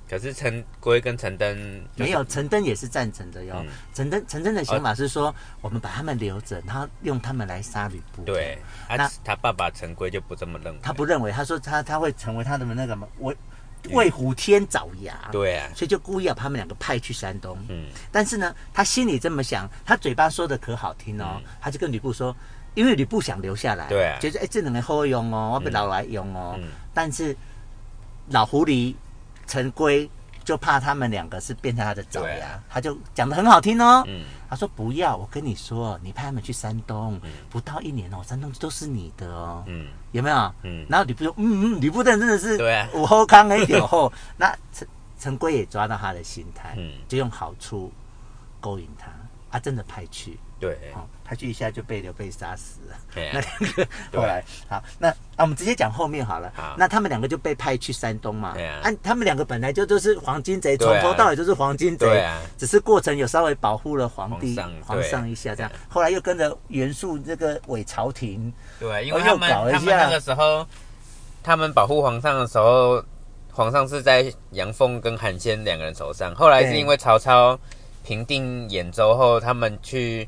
B: 可是陈规跟陈登就是
A: 没有，陈登也是赞成的哟
B: 嗯。呃
A: 陈登陈登的想法是说，我们把他们留着，然后用他们来杀吕布。
B: 对，啊
A: 那，
B: 他爸爸陈规就不这么认为，
A: 他不认为，他说他他会成为他的那个什么为
B: 嗯
A: 为虎添爪牙。，
B: 对啊，
A: 所以就故意要把他们两个派去山东。
B: 嗯，
A: 但是呢，他心里这么想，他嘴巴说的可好听哦，他就跟吕布说，因为吕布想留下来，
B: 嗯对啊
A: 觉得哎这两个好用哦，我被老来用哦。
B: 嗯
A: 但是老狐狸陈规就怕他们两个是变成他的爪
B: 对
A: 牙，
B: 啊
A: 他就讲的很好听哦。
B: 嗯
A: 他说不要，我跟你说，你派他们去山东，不到一年哦，山东都是你的哦，
B: 嗯
A: 有没有？
B: 嗯，
A: 然后吕布就嗯嗯，吕布的真的是
B: 对啊
A: 我后康很久后，那陈陈规也抓到他的心态，
B: 嗯
A: 就用好处勾引他，他真的派去，
B: 对，
A: 哦，派去一下就被刘备杀死了。
B: 嗯对
A: 那
B: 啊，
A: 两个
B: 对
A: 后来好，那啊，我们直接讲后面好了。
B: 好
A: 那他们两个就被派去山东嘛。
B: 对啊
A: 按他们两个本来就都是黄金贼，从
B: 对啊
A: 头到尾都是黄金贼。
B: 对啊
A: 只是过程有稍微保护了皇帝
B: 皇上对
A: 一下这样，后来又跟着袁术这个伪朝廷。
B: 对，因为
A: 哦
B: 他
A: 又
B: 们
A: 搞了一
B: 他们那
A: 下
B: 个时候，他们保护皇上的时候，皇上是在杨凤跟韩暹两个人手上。后来是
A: 对
B: 因为曹操平定兖州后，他们去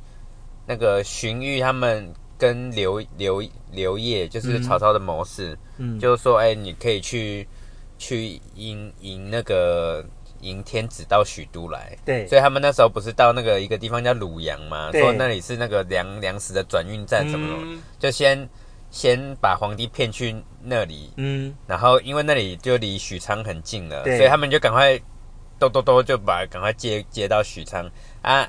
B: 那个荀彧他们跟刘刘刘烨，就是
A: 嗯
B: 曹操的谋士，
A: 嗯，
B: 就说：“哎、你可以去去迎迎那个迎天子到许都来。”
A: 对
B: 所以他们那时候不是到那个一个地方叫鲁阳嘛，
A: 对
B: 说那里是那个粮粮食的转运站什么什么，
A: 嗯
B: 就先先把皇帝骗去那里，
A: 嗯，
B: 然后因为那里就离许昌很近了，
A: 对
B: 所以他们就赶快兜兜兜就把赶快接接到许昌啊。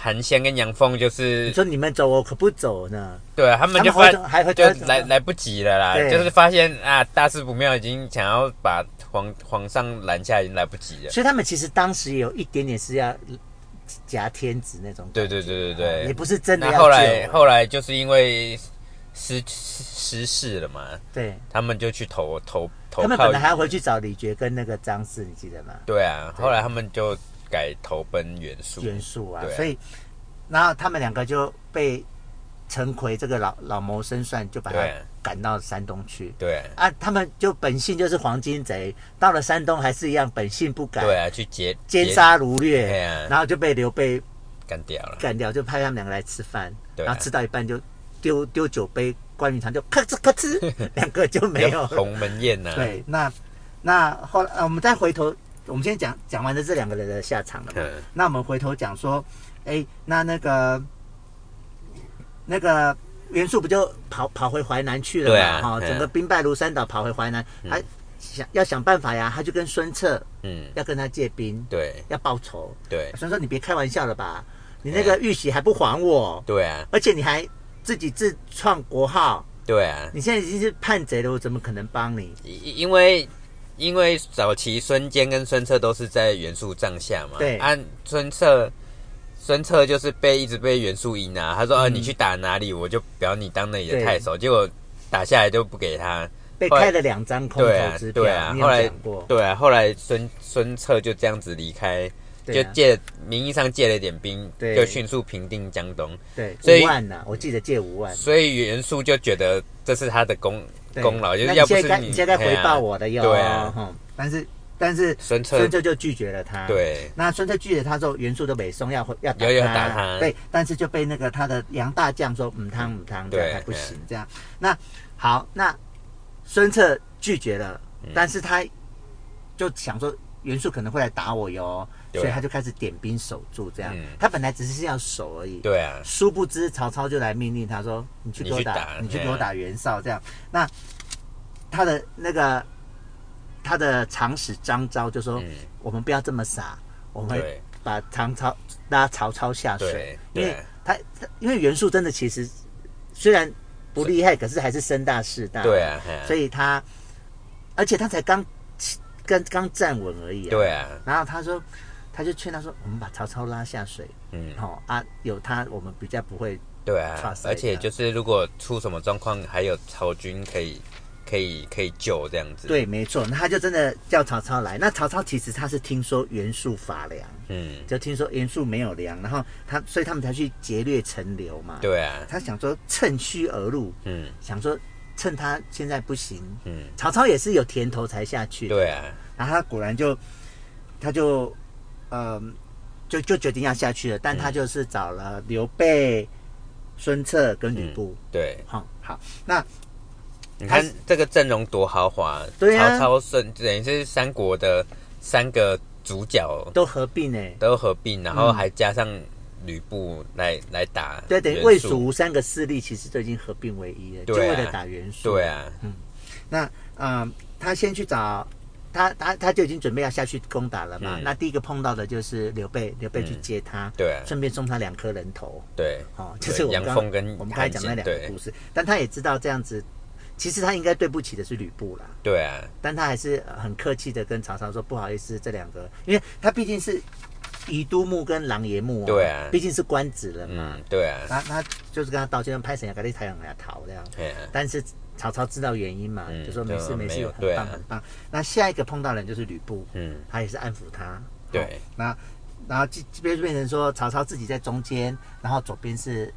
B: 韩暹跟杨凤就
A: 你
B: 是
A: 嗯说你们走，我可不走呢。
B: 对啊他们就
A: 他们
B: 发
A: 还会还会
B: 就
A: 还会
B: 来来不及了啦，
A: 对
B: 就是发现啊大事不妙，已经想要把皇皇上拦下，已经来不及了。
A: 所以他们其实当时也有一点点是要挟天子那种，
B: 对对对对
A: 也
B: 对。
A: 不是真的
B: 那
A: 要
B: 后来
A: 救
B: 后来就是因为失失失事了嘛，
A: 对，
B: 他们就去投投投
A: 他们
B: 靠
A: 本来。还要回去找李傕跟那个张氏，你记得吗？
B: 对啊，后来他们就改投奔袁术。
A: 袁术啊
B: 对，啊
A: 所以然后他们两个就被陈奎这个老老谋深算，就把他
B: 对啊
A: 赶到山东去。
B: 对啊
A: 啊，他们就本性就是黄金贼，到了山东还是一样本性不改，
B: 对啊，去劫
A: 奸
B: 劫
A: 杀掳
B: 对
A: 掠，
B: 啊
A: 然后就被刘备
B: 干掉了。
A: 干掉，就派他们两个来吃饭，
B: 对啊
A: 然后吃到一半就丢丢酒杯，关云长就咔哧咔 哧，两个就没有
B: 叫鸿门宴呐。
A: 对，那那后来、呃我们再回头，我们先讲讲完了这两个人的下场了嘛
B: 嗯。
A: 那我们回头讲说，哎，那那个那个袁术不就跑跑回淮南去了
B: 对
A: 嘛？
B: 啊
A: 哈、
B: 嗯
A: 整个兵败如山倒，跑回淮南，他想要想办法呀，他就跟孙策
B: 嗯，
A: 要跟他借兵，
B: 对
A: 要报仇。
B: 对嗯
A: 孙策，你别开玩笑了吧？你那个玉玺还不还我，
B: 对啊
A: 而且你还自己自创国号，
B: 对啊，
A: 你现在已经是叛贼了，我怎么可能帮你？
B: 因因为因为早期孙坚跟孙策都是在袁术帐下嘛。
A: 对
B: 按孙策。孙策就是被一直被袁术赢啊，他说：“啊，你去打哪里，我就不要你当那里的
A: 嗯对
B: 太守。”结果打下来就不给他，
A: 被开了两张空
B: 对
A: 头
B: 啊
A: 支，票，
B: 对啊，
A: 你有
B: 后来
A: 讲过？
B: 对啊，后来孙孙策就这样子离开
A: 对
B: 就
A: 啊
B: 借名义上借了点兵，
A: 对
B: 就迅速平定江东，
A: 对，
B: 所以
A: 五万呐、啊我记得借五万。
B: 所以袁术就觉得这是他的功
A: 对
B: 功劳，就是
A: 那
B: 要不
A: 现
B: 是
A: 在该
B: 你
A: 你现在该回报我的哟。
B: 对啊
A: 哼但是但是
B: 孙策
A: 孙策就拒绝了他。。
B: 对
A: 那孙策拒绝他之后，袁术都北松要回要打
B: 有有
A: 他，
B: 打他
A: 对，但是就被那个他的杨大将说嗯汤嗯汤
B: 对嗯
A: 这样还不行这样。那好，那孙策拒绝了，
B: 嗯
A: 但是他就想说袁术可能会来打我哟，
B: 对
A: 所以他就开始点兵守住这样
B: 嗯。
A: 他本来只是要守而已，
B: 对啊，
A: 殊不知曹操就来命令他说：“你去给我
B: 你去
A: 打
B: 打，
A: 你去
B: 对啊
A: 给我打袁绍。”这样，那他的那个他的长史张昭就说：“
B: 嗯
A: 我们不要这么傻，哦我们会
B: 对
A: 把唐朝拉曹操下水
B: 对，
A: 因为
B: 对啊
A: 他他因为袁术真的其实虽然不厉害，可是还是身大势大，
B: 对啊，嘿啊
A: 所以他而且他才刚刚刚站稳而已、啊，
B: 对啊，
A: 然后他说，他就劝他说：我们把曹操拉下水。”
B: 嗯，
A: 哦啊，有他我们比较不会
B: 对啊
A: 差，赛
B: 而且
A: 这样
B: 就是如果出什么状况，还有曹军可以可以可以救这样子，，
A: 对，没错。那他就真的叫曹操来。那曹操其实他是听说袁术乏粮，
B: 嗯，
A: 就听说袁术没有粮，然后他所以他们才去劫掠陈留嘛。，
B: 对啊，
A: 他想说趁虚而入，
B: 嗯
A: 想说趁他现在不行，
B: 嗯，
A: 曹操也是有甜头才下去。，
B: 对啊，
A: 然后他果然就他就呃就就决定要下去了，但
B: 嗯
A: 他就是找了刘备、孙策跟吕布。
B: 对，
A: 好、好，那
B: 你
A: 他
B: 看
A: 是
B: 这个阵容多豪华，
A: 啊对啊
B: 曹操、孙等于是三国的三个主角
A: 都合并哎、
B: 都合并，然后还加上吕布来来打，
A: 对，等于魏、蜀、，吴三个势力其实都已经合并为一了，就
B: 对啊
A: 为了打袁术。
B: 对，啊，
A: 那嗯、呃他先去找他，他他就已经准备要下去攻打了嘛。
B: 嗯
A: 那第一个碰到的就是刘备，刘备去接他，
B: 对啊
A: 顺便送他两颗人头，
B: 对，
A: 哦，
B: 对
A: 就是我们
B: 杨
A: 刚
B: 凤跟
A: 我们刚才
B: 韩
A: 讲那
B: 信，
A: 两个
B: 对
A: 故事，但他也知道这样子，其实他应该对不起的是吕布啦。
B: 对啊，
A: 但他还是呃很客气的跟曹操说不好意思，这两个，因为他毕竟是宜都牧跟狼爷牧、哦，
B: 对啊
A: 毕竟是官职了嘛，
B: 嗯，对啊，
A: 他他就是跟他道歉，拍谁给你太阳给他逃这样。
B: 对啊，
A: 但是曹操知道原因嘛，
B: 嗯
A: 就说没事
B: 就
A: 没
B: 没
A: 事
B: 有，
A: 很
B: 对啊
A: 棒很棒。那下一个碰到人就是吕布，
B: 嗯，
A: 他也是安抚他。
B: 对
A: 好，那然后这这边就变成说曹操自己在中间，然后左边是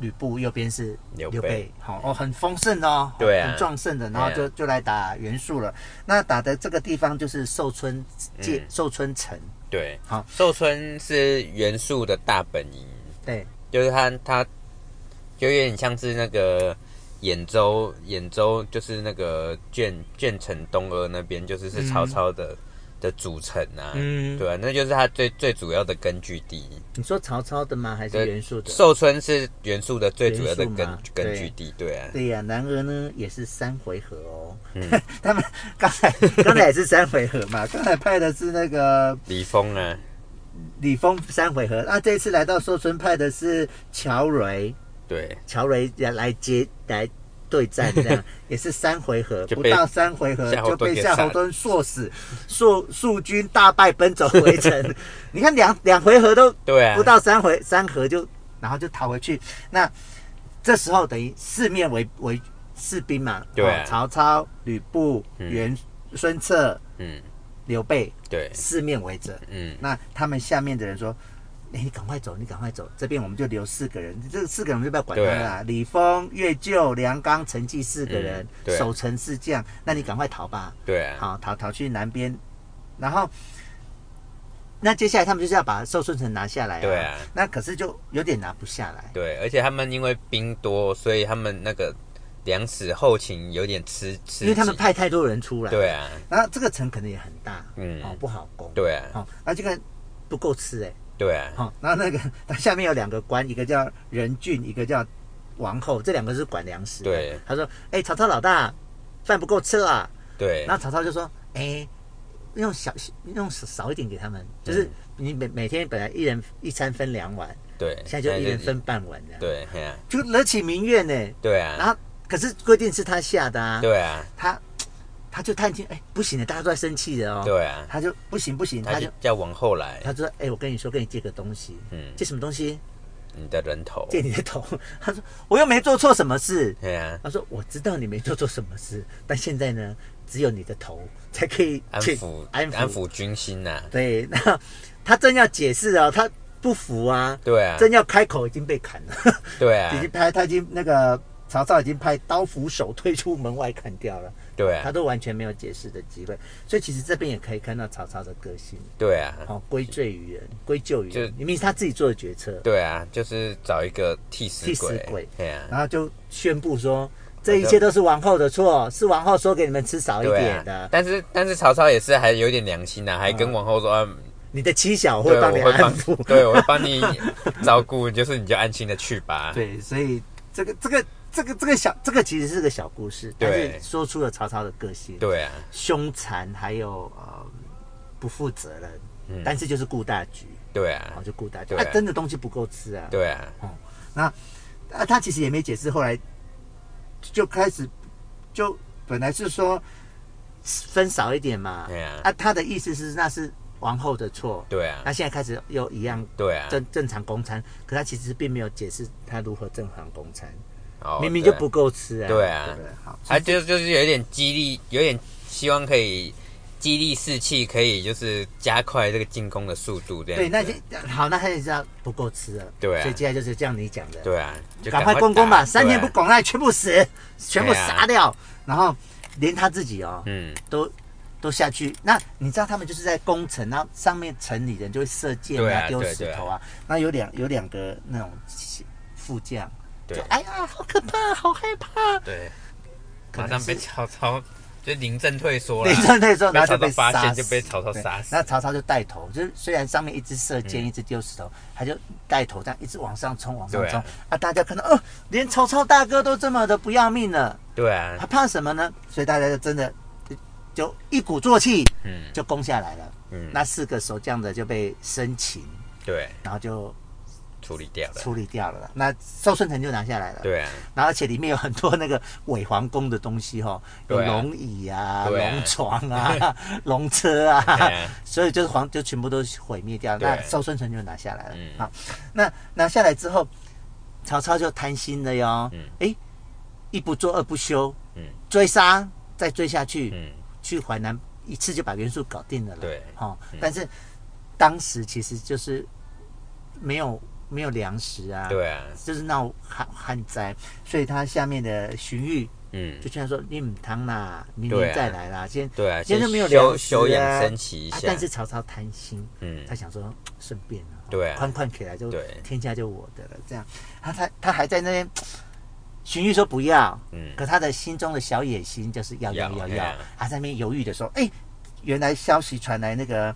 A: 吕布，右边是
B: 刘
A: 刘
B: 备
A: 备，好哦，很丰盛的哦，
B: 对啊
A: 很壮盛的，然后
B: 对
A: 就就来打袁术了。那打的这个地方就是寿春界
B: 嗯
A: 寿春城，
B: 对，
A: 好
B: 寿春是袁术的大本营，
A: 对
B: 就是他他就有点像是那个兖州，兖州就是那个鄄鄄城东阿那边，就是是曹操的、的主城啊，
A: 嗯
B: 对啊，那就是他最最主要的根据地。
A: 你说曹操的吗？还是
B: 对
A: 袁术的？
B: 寿春是袁术的最主要的
A: 袁
B: 根
A: 术嘛
B: 根据地，对啊，
A: 对呀、然而呢也是三回合哦。
B: 嗯
A: 他们刚才刚才也是三回合嘛，刚才派的是那个
B: 李丰啊，
A: 李丰三回合，那、这一次来到寿春派的是乔蕤，
B: 对，
A: 乔蕤来来接来对战，这 样也是三回合，
B: 就
A: 不
B: 被
A: 到三回合
B: 夏侯
A: 就
B: 惇
A: 被
B: 给
A: 夏
B: 杀
A: 侯
B: 了
A: 惇硕死，硕蜀军大败，奔走回 城。你看两两回合都
B: 对啊
A: 不，到三回三合就，然后就逃回去。那这时候等于四面围围士兵嘛，
B: 对嗯啊
A: 哦曹操、吕布、袁、孙策、
B: 嗯，
A: 刘备
B: 对，
A: 四面围着。
B: 嗯，
A: 那他们下面的人说：“哎，你赶快走，你赶快走，这边我们就留四个人，这四个人我们就不要管他
B: 对
A: 了
B: 啊
A: 啦。李丰、岳就、梁刚、陈济四个人
B: 嗯，对啊
A: 守城是这样，那你赶快逃吧。
B: 对啊，
A: 好，逃逃去南边，然后那接下来他们就是要把寿春城拿下来、啊。
B: 对啊
A: 那可是就有点拿不下来。
B: 对，而且他们因为兵多，所以他们那个粮食后勤有点吃吃
A: 因
B: 紧，
A: 为他们派太多人出来，
B: 对，啊，
A: 然后这个城可能也很大，
B: 嗯
A: 哦，不好攻，，
B: 对啊，
A: 哦，那这个不够吃哎、
B: 对啊，
A: 好、那那个 它下面有两个官，一个叫任俊，一个叫王后，这两个是管粮食。
B: 对，
A: 他说：“哎、曹操老大，饭不够吃啦。”
B: 对，啊
A: 然后曹操就说：“哎、用小用少一点给他们，就是你每每天本来一人一餐分两碗，
B: 对，
A: 现在就一人分半碗这样，
B: 对，嘿啊
A: 就惹起民怨呢。
B: 对啊，
A: 然后可是规定是他下的啊，
B: 对啊，
A: 他他就探听，哎、不行的，大家都在生气的哦。
B: 对啊，
A: 他就不行不行，
B: 他
A: 他
B: 就
A: 就
B: 叫王后来，
A: 他就说：哎、我跟你说，跟你借个东西，
B: 嗯
A: 借什么东西？
B: 你的人头，
A: 借你的头。他说我又没做错什么事。
B: 对啊，
A: 他说我知道你没做错什么事，但现在呢，只有你的头才可以
B: 安
A: 去
B: 抚
A: 安抚
B: 安。抚军心呐，
A: 对，那他他正要解释啊，他不服啊，
B: 对啊，
A: 正要开口已经被砍了，
B: 对啊
A: 已，经拍他已经那个曹操已经派刀斧手退出门外砍掉了，
B: 对
A: 他
B: 啊，
A: 都完全没有解释的机会。所以其实这边也可以看到曹操的个性，
B: 对啊，
A: 好、归罪于人，归咎于
B: 就
A: 人，明明是他自己做的决策，
B: 对啊，就是找一个替死
A: 替死
B: 鬼，
A: 鬼
B: 对啊，
A: 然后就宣布说。这一切都是王后的错，
B: 啊
A: 是王后说给你们吃少一
B: 对
A: 点的。
B: 啊。但是但是曹操也是还有点良心的、还跟王后说，啊
A: 你的妻小
B: 对，
A: 会
B: 我
A: 帮你
B: 会
A: 安
B: 帮
A: 抚，，
B: 对，啊我会帮你照顾，就是你就安心的去吧。
A: 对，所以这个这个这个这个小这个其实是个小故事，但
B: 对
A: 是说出了曹操的个性，
B: 对啊，
A: 凶残还有呃不负责任，但是就是顾大局，
B: 嗯对
A: 然
B: 啊
A: 后，就顾大局，
B: 对
A: 他、真的东西不够吃啊，
B: 对啊，
A: 啊，他其实也没解释，后来就开始就本来是说分少一点嘛，
B: 对啊
A: 啊，他的意思是那是王后的错，
B: 对啊
A: 那，现在开始又一样
B: 对啊，
A: 正正常公餐，可他其实并没有解释他如何正常公餐，
B: 哦
A: 明明就
B: 对
A: 不够吃啊。
B: 对啊
A: 不对？好，
B: 他就就是有一点激励，有点希望可以激励士气，可以就是加快这个进攻的速度，这样
A: 对，
B: 子。
A: 那就好，那他也知道不够吃了。
B: 对啊
A: 所以接下来就是像你讲的，
B: 对啊，就
A: 赶
B: 快
A: 快攻攻
B: 打
A: 吧，三天不，
B: 对啊
A: 攻，那全部死，全部
B: 对啊
A: 杀掉，然后连他自己哦，
B: 嗯，
A: 都都下去。那你知道他们就是在攻城，然后上面城里人就会射箭
B: 对
A: 啊、
B: 啊
A: 丢
B: 对
A: 石
B: 对啊
A: 头啊。那有两有两个那种副将，
B: 对
A: 就哎呀，好可怕，好害怕，
B: 对，
A: 可
B: 马
A: 能
B: 上
A: 是
B: 被曹操就临阵退缩了
A: 对，， 那那时候然后就被
B: 被曹操发
A: 杀
B: 现
A: 死，
B: 就被曹操杀
A: 对
B: 死嗯
A: 那曹操就带头，就是虽然上面一直射箭，一直丢石头，他就带头这样一直往上冲，往上
B: 对
A: 冲
B: 啊
A: 啊大家看到，哦，连曹操大哥都这么的不要命了，
B: 对啊
A: 他，怕什么呢？所以大家就真的就就一鼓作气
B: 嗯
A: 就攻下来了。
B: 嗯，
A: 那四个守将的就被生擒，
B: 对，
A: 然后就
B: 处理掉了，
A: 处理掉了。那寿春城就拿下来了。
B: 对啊，
A: 然后而且里面有很多那个伪皇宫的东西哦，有
B: 对啊
A: 龙椅啊、
B: 对啊
A: 龙床 啊、龙车 啊，
B: 对啊
A: 所以就是皇就全部都毁灭掉，
B: 对
A: 那寿春城就拿下来了。
B: 嗯
A: 好，那拿下来之后，曹操就贪心了哟，
B: 嗯
A: 哎、一不做二不休，
B: 嗯
A: 追杀再追下去，
B: 嗯，
A: 去淮南一次就把袁术搞定了啦。
B: 对嗯
A: 哦，但是当时其实就是没有没有粮食啊，
B: 对啊，
A: 就是闹旱旱灾，所以他下面的荀彧
B: 嗯
A: 就，劝他说：“你唔汤啦，明
B: 对
A: 年
B: 啊
A: 再来啦，先
B: 对啊，
A: 现在
B: 先
A: 没有粮
B: 休
A: 食
B: 休
A: 啊
B: 养生息一
A: 啊
B: 下，
A: 但是曹操贪心，
B: 嗯
A: 他想说顺便啊，
B: 对啊
A: 宽宽起来就
B: 对
A: 天下就我的了，这样。啊他他他还在那边，荀彧说不要，
B: 嗯
A: 可他的心中的小野心就是要要
B: 要
A: 要
B: 哎
A: 要
B: 呀，
A: 他在那边犹豫的说，哎，原来消息传来那个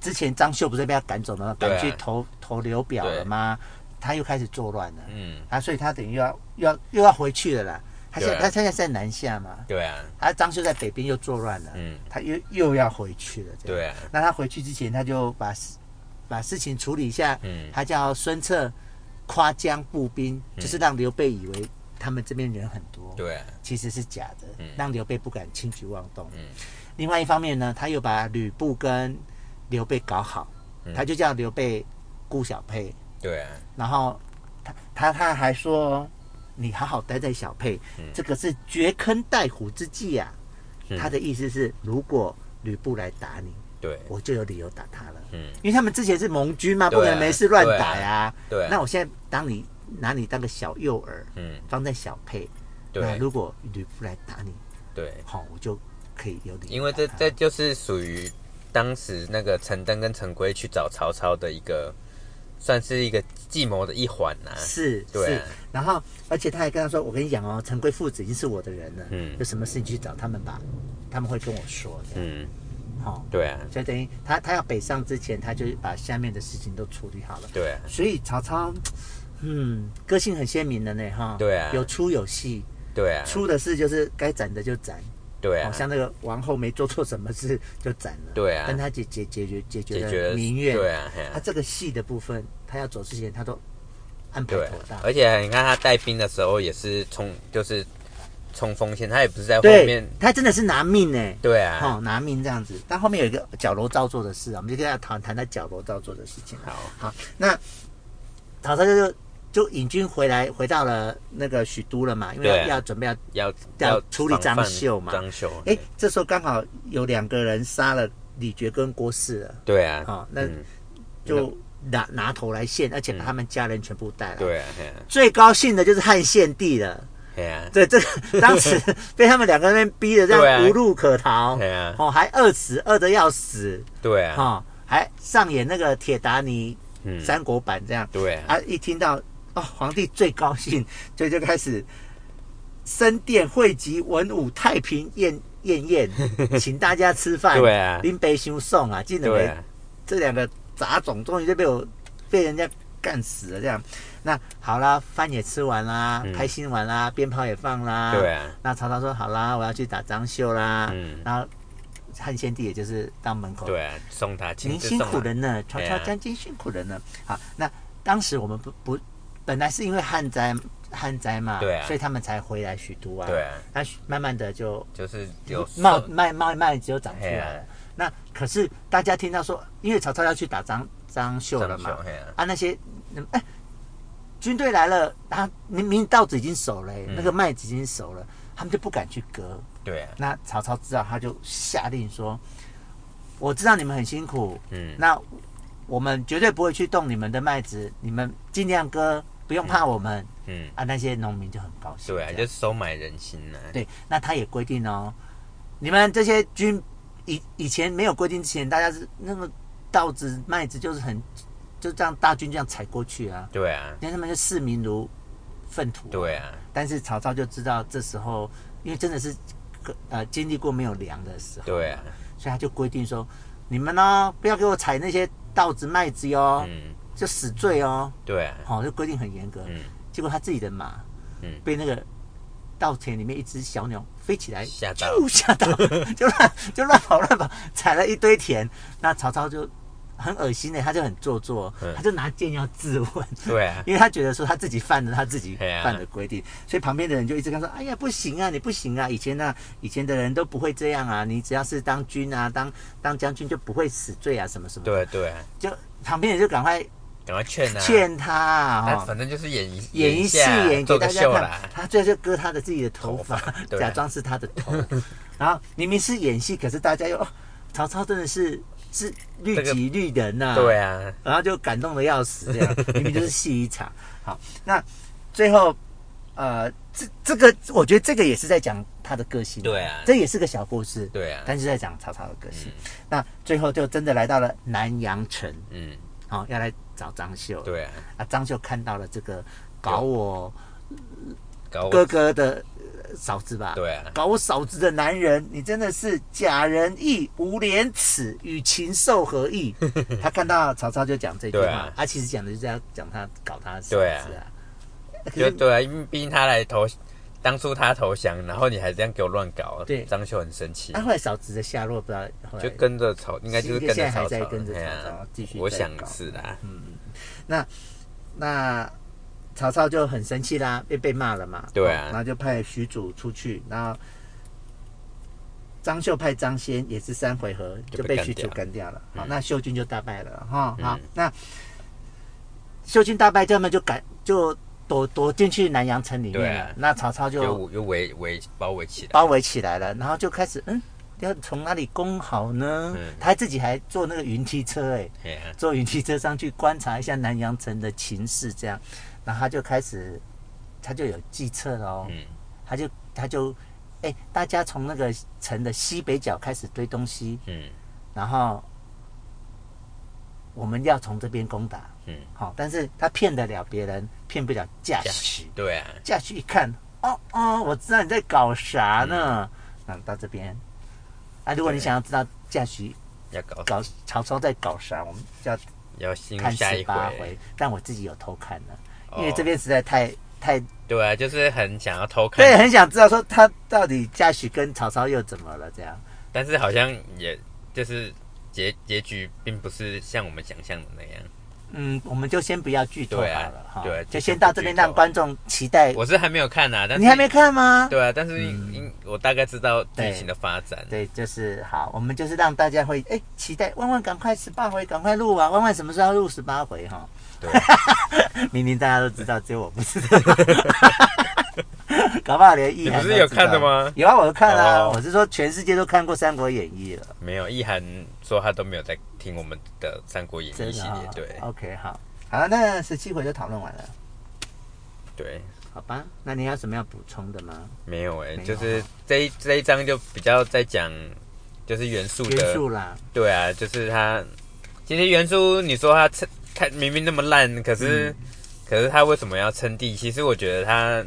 A: 之前张绣不是被他赶走了吗？
B: 对啊
A: 赶去投投刘表了吗？他又开始作乱了，
B: 嗯，
A: 啊，所以他等于又要又要又要回去了啦。他现在
B: 对啊
A: 他现在在南下嘛，
B: 对啊，
A: 啊，张绣在北边又作乱了，
B: 嗯，
A: 他又又要回去了，这样。
B: 对啊，
A: 那他回去之前，他就把事把事情处理一下，
B: 嗯
A: 他叫孙策夸江步兵，就是让刘备以为他们这边人很多，
B: 对啊，
A: 其实是假的，
B: 嗯
A: 让刘备不敢轻举妄动。
B: 嗯
A: 另外一方面呢，他又把吕布跟刘备搞好，
B: 嗯
A: 他就叫刘备顾小沛，
B: 对啊，
A: 然后他他他还说，你好好待在小沛，这个是掘坑带虎之计啊。
B: 嗯
A: 他的意思是，如果吕布来打你，
B: 对，
A: 我就有理由打他了。
B: 嗯，
A: 因为他们之前是盟军嘛，不
B: 对啊
A: 可能没事乱打呀、
B: 对啊对啊
A: 那我现在当你拿你当个小诱饵，
B: 嗯，
A: 放在小沛，
B: 对啊
A: 那如果吕布来打你，
B: 对，
A: 好、我就可以有理由打他。
B: 因为这这就是属于当时那个陈登跟陈规去找曹操的一个，算是一个计谋的一环呐、
A: 是
B: 对
A: 是
B: 啊，
A: 然后而且他还跟他说：“我跟你讲哦，陈规父子已经是我的人了，
B: 嗯
A: 有什么事你去找他们吧，他们会跟我说的。
B: 嗯，
A: 好、
B: 对啊，
A: 所以等于他他要北上之前，他就把下面的事情都处理好了。
B: 对啊，
A: 所以曹操，嗯，个性很鲜明的呢，哈，
B: 对啊
A: 有粗有细，
B: 对啊，
A: 粗的事就是该斩的就斩，
B: 对
A: 好、
B: 啊，
A: 像那个王后没做错什么事就斩了，
B: 对啊
A: 但他解解解决解
B: 解
A: 决
B: 决
A: 了
B: 了
A: 民怨，
B: 对啊，嘿啊
A: 他这个细的部分，他要走之前他都安排
B: 对啊
A: 妥当，
B: 而且你看他带兵的时候也是冲，就是冲锋线，他也不是在后面
A: 对，他真的是拿命呢、
B: 对啊，
A: 哦，拿命这样子，但后面有一个矫揉造作的事啊，我们就跟他谈谈他矫揉造作的事情。
B: 好，
A: 好，那曹操就就引军回来，回到了那个许都了嘛，因为要,、
B: 对啊
A: 要准备要
B: 要
A: 要处理
B: 防
A: 张
B: 范
A: 绣嘛
B: 张绣，
A: 哎，这时候刚好有两个人杀了李傕跟郭汜了，
B: 对啊，
A: 哦，那
B: 嗯
A: 就拿拿头来献，而且把他们家人全部带来。
B: 对啊，嘿啊
A: 最高兴的就是汉献帝了，
B: 嘿啊，
A: 对，这个当 时被他们两个人逼的这
B: 对啊
A: 样无路可逃，
B: 对啊
A: 哦，还饿死，饿得要死，
B: 对啊，
A: 哦，还上演那个铁达尼
B: 嗯，
A: 三国版这样，
B: 对啊，
A: 啊，一听到哦，皇帝最高兴，所以就开始深殿汇集文武太平宴宴宴，请大家吃饭，
B: 对啊
A: 林北修送啊，记得
B: 对
A: 没？
B: 啊，
A: 这两个杂种终于就被我被人家干死了，这样。那好啦，饭也吃完啦，
B: 嗯
A: 开心完啦，鞭炮也放啦。
B: 对。啊，
A: 那曹操说好啦，我要去打张绣啦。
B: 嗯
A: 然后汉献帝也就是到门口，
B: 对啊，送他亲
A: 您
B: 自
A: 辛
B: 送
A: 苦
B: 他
A: 了呢，曹
B: 哎
A: 操
B: 呀
A: 将军辛苦了呢。好，那当时我们不不，本来是因为旱灾旱灾嘛，
B: 对啊
A: 所以他们才回来许都啊。
B: 对。啊，
A: 那许慢慢的就
B: 就是有
A: 冒
B: 送
A: 慢慢慢就长出
B: 嘿
A: 来
B: 啊
A: 了。那可是大家听到说，因为曹操要去打张张绣了
B: 上
A: 嘛
B: 秀，，嘿啊，
A: 啊那些嗯哎、军队来了，啊明明稻子已经熟了、
B: 嗯
A: 那个麦子已经熟了，他们就不敢去割。
B: 对啊，
A: 那曹操知道，他就下令说：“我知道你们很辛苦，
B: 嗯，
A: 那我们绝对不会去动你们的麦子，你们尽量割，不用怕我们。
B: 嗯，
A: 啊，那些农民就很高兴。
B: 对啊，
A: 这样
B: 就是收买人心啊呐，
A: 对，那他也规定哦，你们这些军以以前没有规定之前，大家是那个稻子、麦子就是很就这样大军这样踩过去啊，
B: 对啊，
A: 你看他们就视民如粪土。，
B: 对啊，
A: 但是曹操就知道这时候，因为真的是呃经历过没有粮的时候，
B: 对啊，
A: 所以他就规定说，你们呢、不要给我采那些稻子、麦子哟，
B: 嗯，
A: 就死罪哦。
B: 对啊，
A: 好、就规定很严格。
B: 嗯
A: 结果他自己的马，
B: 嗯
A: 被那个稻田里面一只小鸟飞起来，
B: 吓到
A: 就吓 到，就乱就乱跑乱跑，踩了一堆田。那曹操就很恶心的，他就很做作，
B: 嗯
A: 他就拿剑要质问。
B: 对啊，
A: 因为他觉得说他自己犯了他自己
B: 嘿啊
A: 犯的规定，所以旁边的人就一直跟他说：“哎呀，不行啊，你不行啊！以前呢、以前的人都不会这样啊，你只要是当军啊，当当将军就不会死罪啊，什么什么。”，
B: 对啊对啊，
A: 就旁边人就赶快
B: 赶快劝啊，
A: 劝他啊、
B: 那
A: 哦
B: 反正就是演一
A: 演一
B: 一
A: 戏
B: 下
A: 演给
B: 做
A: 大
B: 个
A: 家
B: 秀
A: 看
B: 啦，，
A: 他最后就割他的自己的头发
B: 头发，对啊
A: 假装是他的 头，然后明明是演戏，可是大家又、哦、曹操真的是是律
B: 这个
A: 己律人呐、
B: 对啊，
A: 然后就感动的要死，这样明明就是戏一场。好，那最后，呃，这这个我觉得这个也是在讲他的个性，
B: 对啊
A: 这也是个小故事，
B: 对啊，
A: 但是在讲曹操的个性。那最后就真的来到了南阳城，
B: 嗯，
A: 好、要来找张绣。
B: 对啊，
A: 啊，张绣看到了这个搞我
B: 搞
A: 哥
B: 我，
A: 哥的呃嫂子吧，
B: 对啊，
A: 搞我嫂子的男人，你真的是假仁义、无廉耻，与禽兽何 异？他看到曹操就讲这句话，
B: 对啊
A: 他其实讲的就是要讲他搞他的嫂
B: 对啊
A: 子啊。可
B: 就是对啊，因为毕竟他来投，当初他投降，然后你还这样给我乱搞，
A: 对
B: 张秀很生气
A: 啊他，后来嫂子的下落不知道后来
B: 就跟着曹，应该就是跟着
A: 现在还
B: 曹
A: 在
B: 操，
A: 跟着
B: 哎呀
A: 曹操继续
B: 我
A: 在
B: 想
A: 搞嗯
B: 是啦，
A: 那曹操就很生气啦，被被骂了嘛。哦
B: 对
A: 然
B: 啊，
A: 后就派许褚出去，然后张绣派张先也是三回合
B: 就
A: 就
B: 被
A: 被
B: 干
A: 许褚
B: 掉
A: 干掉了。好，
B: 嗯
A: 那秀军就大败了哈。
B: 嗯
A: 好，那秀军大败，他们就赶就躲躲进去南阳城里面
B: 对
A: 了。
B: 啊
A: 那曹操
B: 就
A: 就
B: 围又围围包围起来，
A: 包围起来了，然后就开始嗯，要从哪里攻好呢？
B: 嗯
A: 他自己还坐那个云梯车哎、
B: 哎呀，
A: 坐云梯车上去观察一下南阳城的情势，这样，然后他就开始，他就有计策了哦，
B: 嗯
A: 他就他就，哎、大家从那个城的西北角开始堆东西，
B: 嗯
A: 然后我们要从这边攻打，
B: 嗯，
A: 好、但是他骗得了别人，骗不了驾驶，
B: 对啊，
A: 驾驶一看，哦哦，我知道你在搞啥呢，那、到这边，啊，如果你
B: 嗯对
A: 想要知道驾驶
B: 要搞
A: 搞曹操在搞啥，我们就要。
B: 要新
A: 看
B: 下
A: 十
B: 一
A: 八回，但我自己有偷看了，
B: 哦
A: 因为这边实在太太，
B: 对啊，就是很想要偷看
A: 对，，很想知道说他到底嘉许跟曹操又怎么了这样。
B: 但是好像也就是结结局并不是像我们想象的那样。
A: 嗯，我们就先不要剧透好
B: 对啊
A: 了哈，
B: 对
A: 就
B: 就
A: 先
B: 先
A: 到这边
B: 不剧透
A: 让观众期待。
B: 我是还没有看啊，但是
A: 你还没看嗯吗？
B: 对啊，但是因、因我大概知道剧情的发展。
A: 对，就是好，我们就是让大家会哎期待，万万赶快十八回，赶快录啊！万万什么时候要录十八回哈？
B: 对，
A: 明明大家都知道，只有我不知道。 搞不好连
B: 你
A: 意
B: 不
A: 涵
B: 是
A: 都
B: 有
A: 知
B: 看的
A: 道？
B: 吗？
A: 有啊，我看啦、
B: 哦
A: 我是说全世界都看过《三国演义》了，
B: 没有，意涵说他都没有在听我们的《三国演
A: 真
B: 义》
A: 的
B: 系
A: 啊
B: 列，对
A: OK，好，好，那十七回就讨论完了，
B: 对，
A: 好吧？那你还有什么要补充的吗？
B: 没有哎、
A: 没有啊
B: 就是这一这一章就比较在讲，就是元素
A: 元
B: 的，
A: 素啦，
B: 对啊，就是他其实元素你说他称他明明那么烂，可是、
A: 嗯
B: 可是他为什么要称帝？其实我觉得他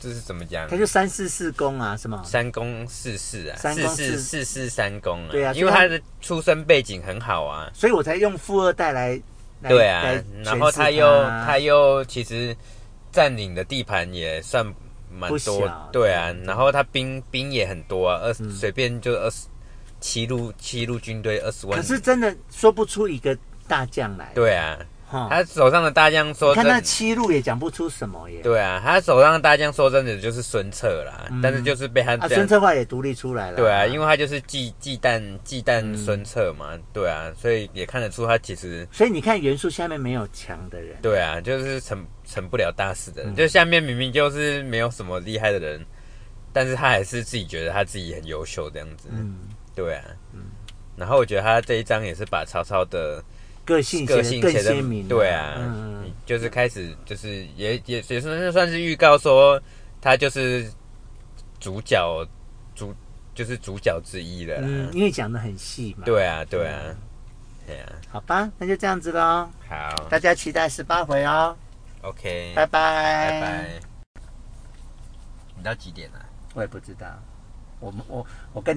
B: 就是怎么讲
A: 他，就三四四公啊，是吗？
B: 三公四世啊，
A: 三
B: 四
A: 公
B: 世
A: 四
B: 四世三公啊，
A: 对啊
B: 因
A: 所
B: 为
A: 以
B: 他
A: 他
B: 的出身背景很好啊，
A: 所以我才用富二代来，来
B: 对啊
A: 来，
B: 然后
A: 诠释他
B: 他又他又其实占领的地盘也算蛮
A: 不
B: 多
A: 小，
B: 对啊，
A: 对
B: 然后他兵兵也很多啊，二十
A: 嗯
B: 随便就二十七路七路军队二十万
A: 可，是真的说不出一个大将来，
B: 对啊，
A: 哈，
B: 他手上的大将说
A: 哦你看那
B: 真，
A: 七路也讲不出什么耶，
B: 对啊，他手上的大将说真的就是孙策啦
A: 嗯，
B: 但是就是被他
A: 啊，
B: 这
A: 孙
B: 样。
A: 策划也独立出来了，
B: 对啊，因
A: 为
B: 为他就是忌忌惮忌
A: 嗯
B: 惮孙策嘛，对啊，所以也看得出他其实
A: 所以你看元素下面没有强的人，
B: 对啊，就是成成不了大事的人，
A: 嗯
B: 就下面明明就是没有什么厉害的人，但是他还是自己觉得他自己很优秀这样子。
A: 嗯，
B: 对啊，然后我觉得他这一章也是把曹操的
A: 个性
B: 个
A: 写
B: 性
A: 得
B: 写
A: 更
B: 的
A: 鲜明，
B: 对啊，
A: 嗯，
B: 就是开始就是也也也算算是预告说他就是主角主就是主角之一了啦。
A: 嗯，因为讲的很细嘛，，
B: 啊对啊，对啊，对啊，
A: 好吧，那就这样子喽，
B: 好
A: 大家期待十八回哦，
B: ，OK，
A: 拜
B: 拜
A: 拜，
B: 嗯拜。你到几点啊？
A: 我也不知道，我们我我跟你。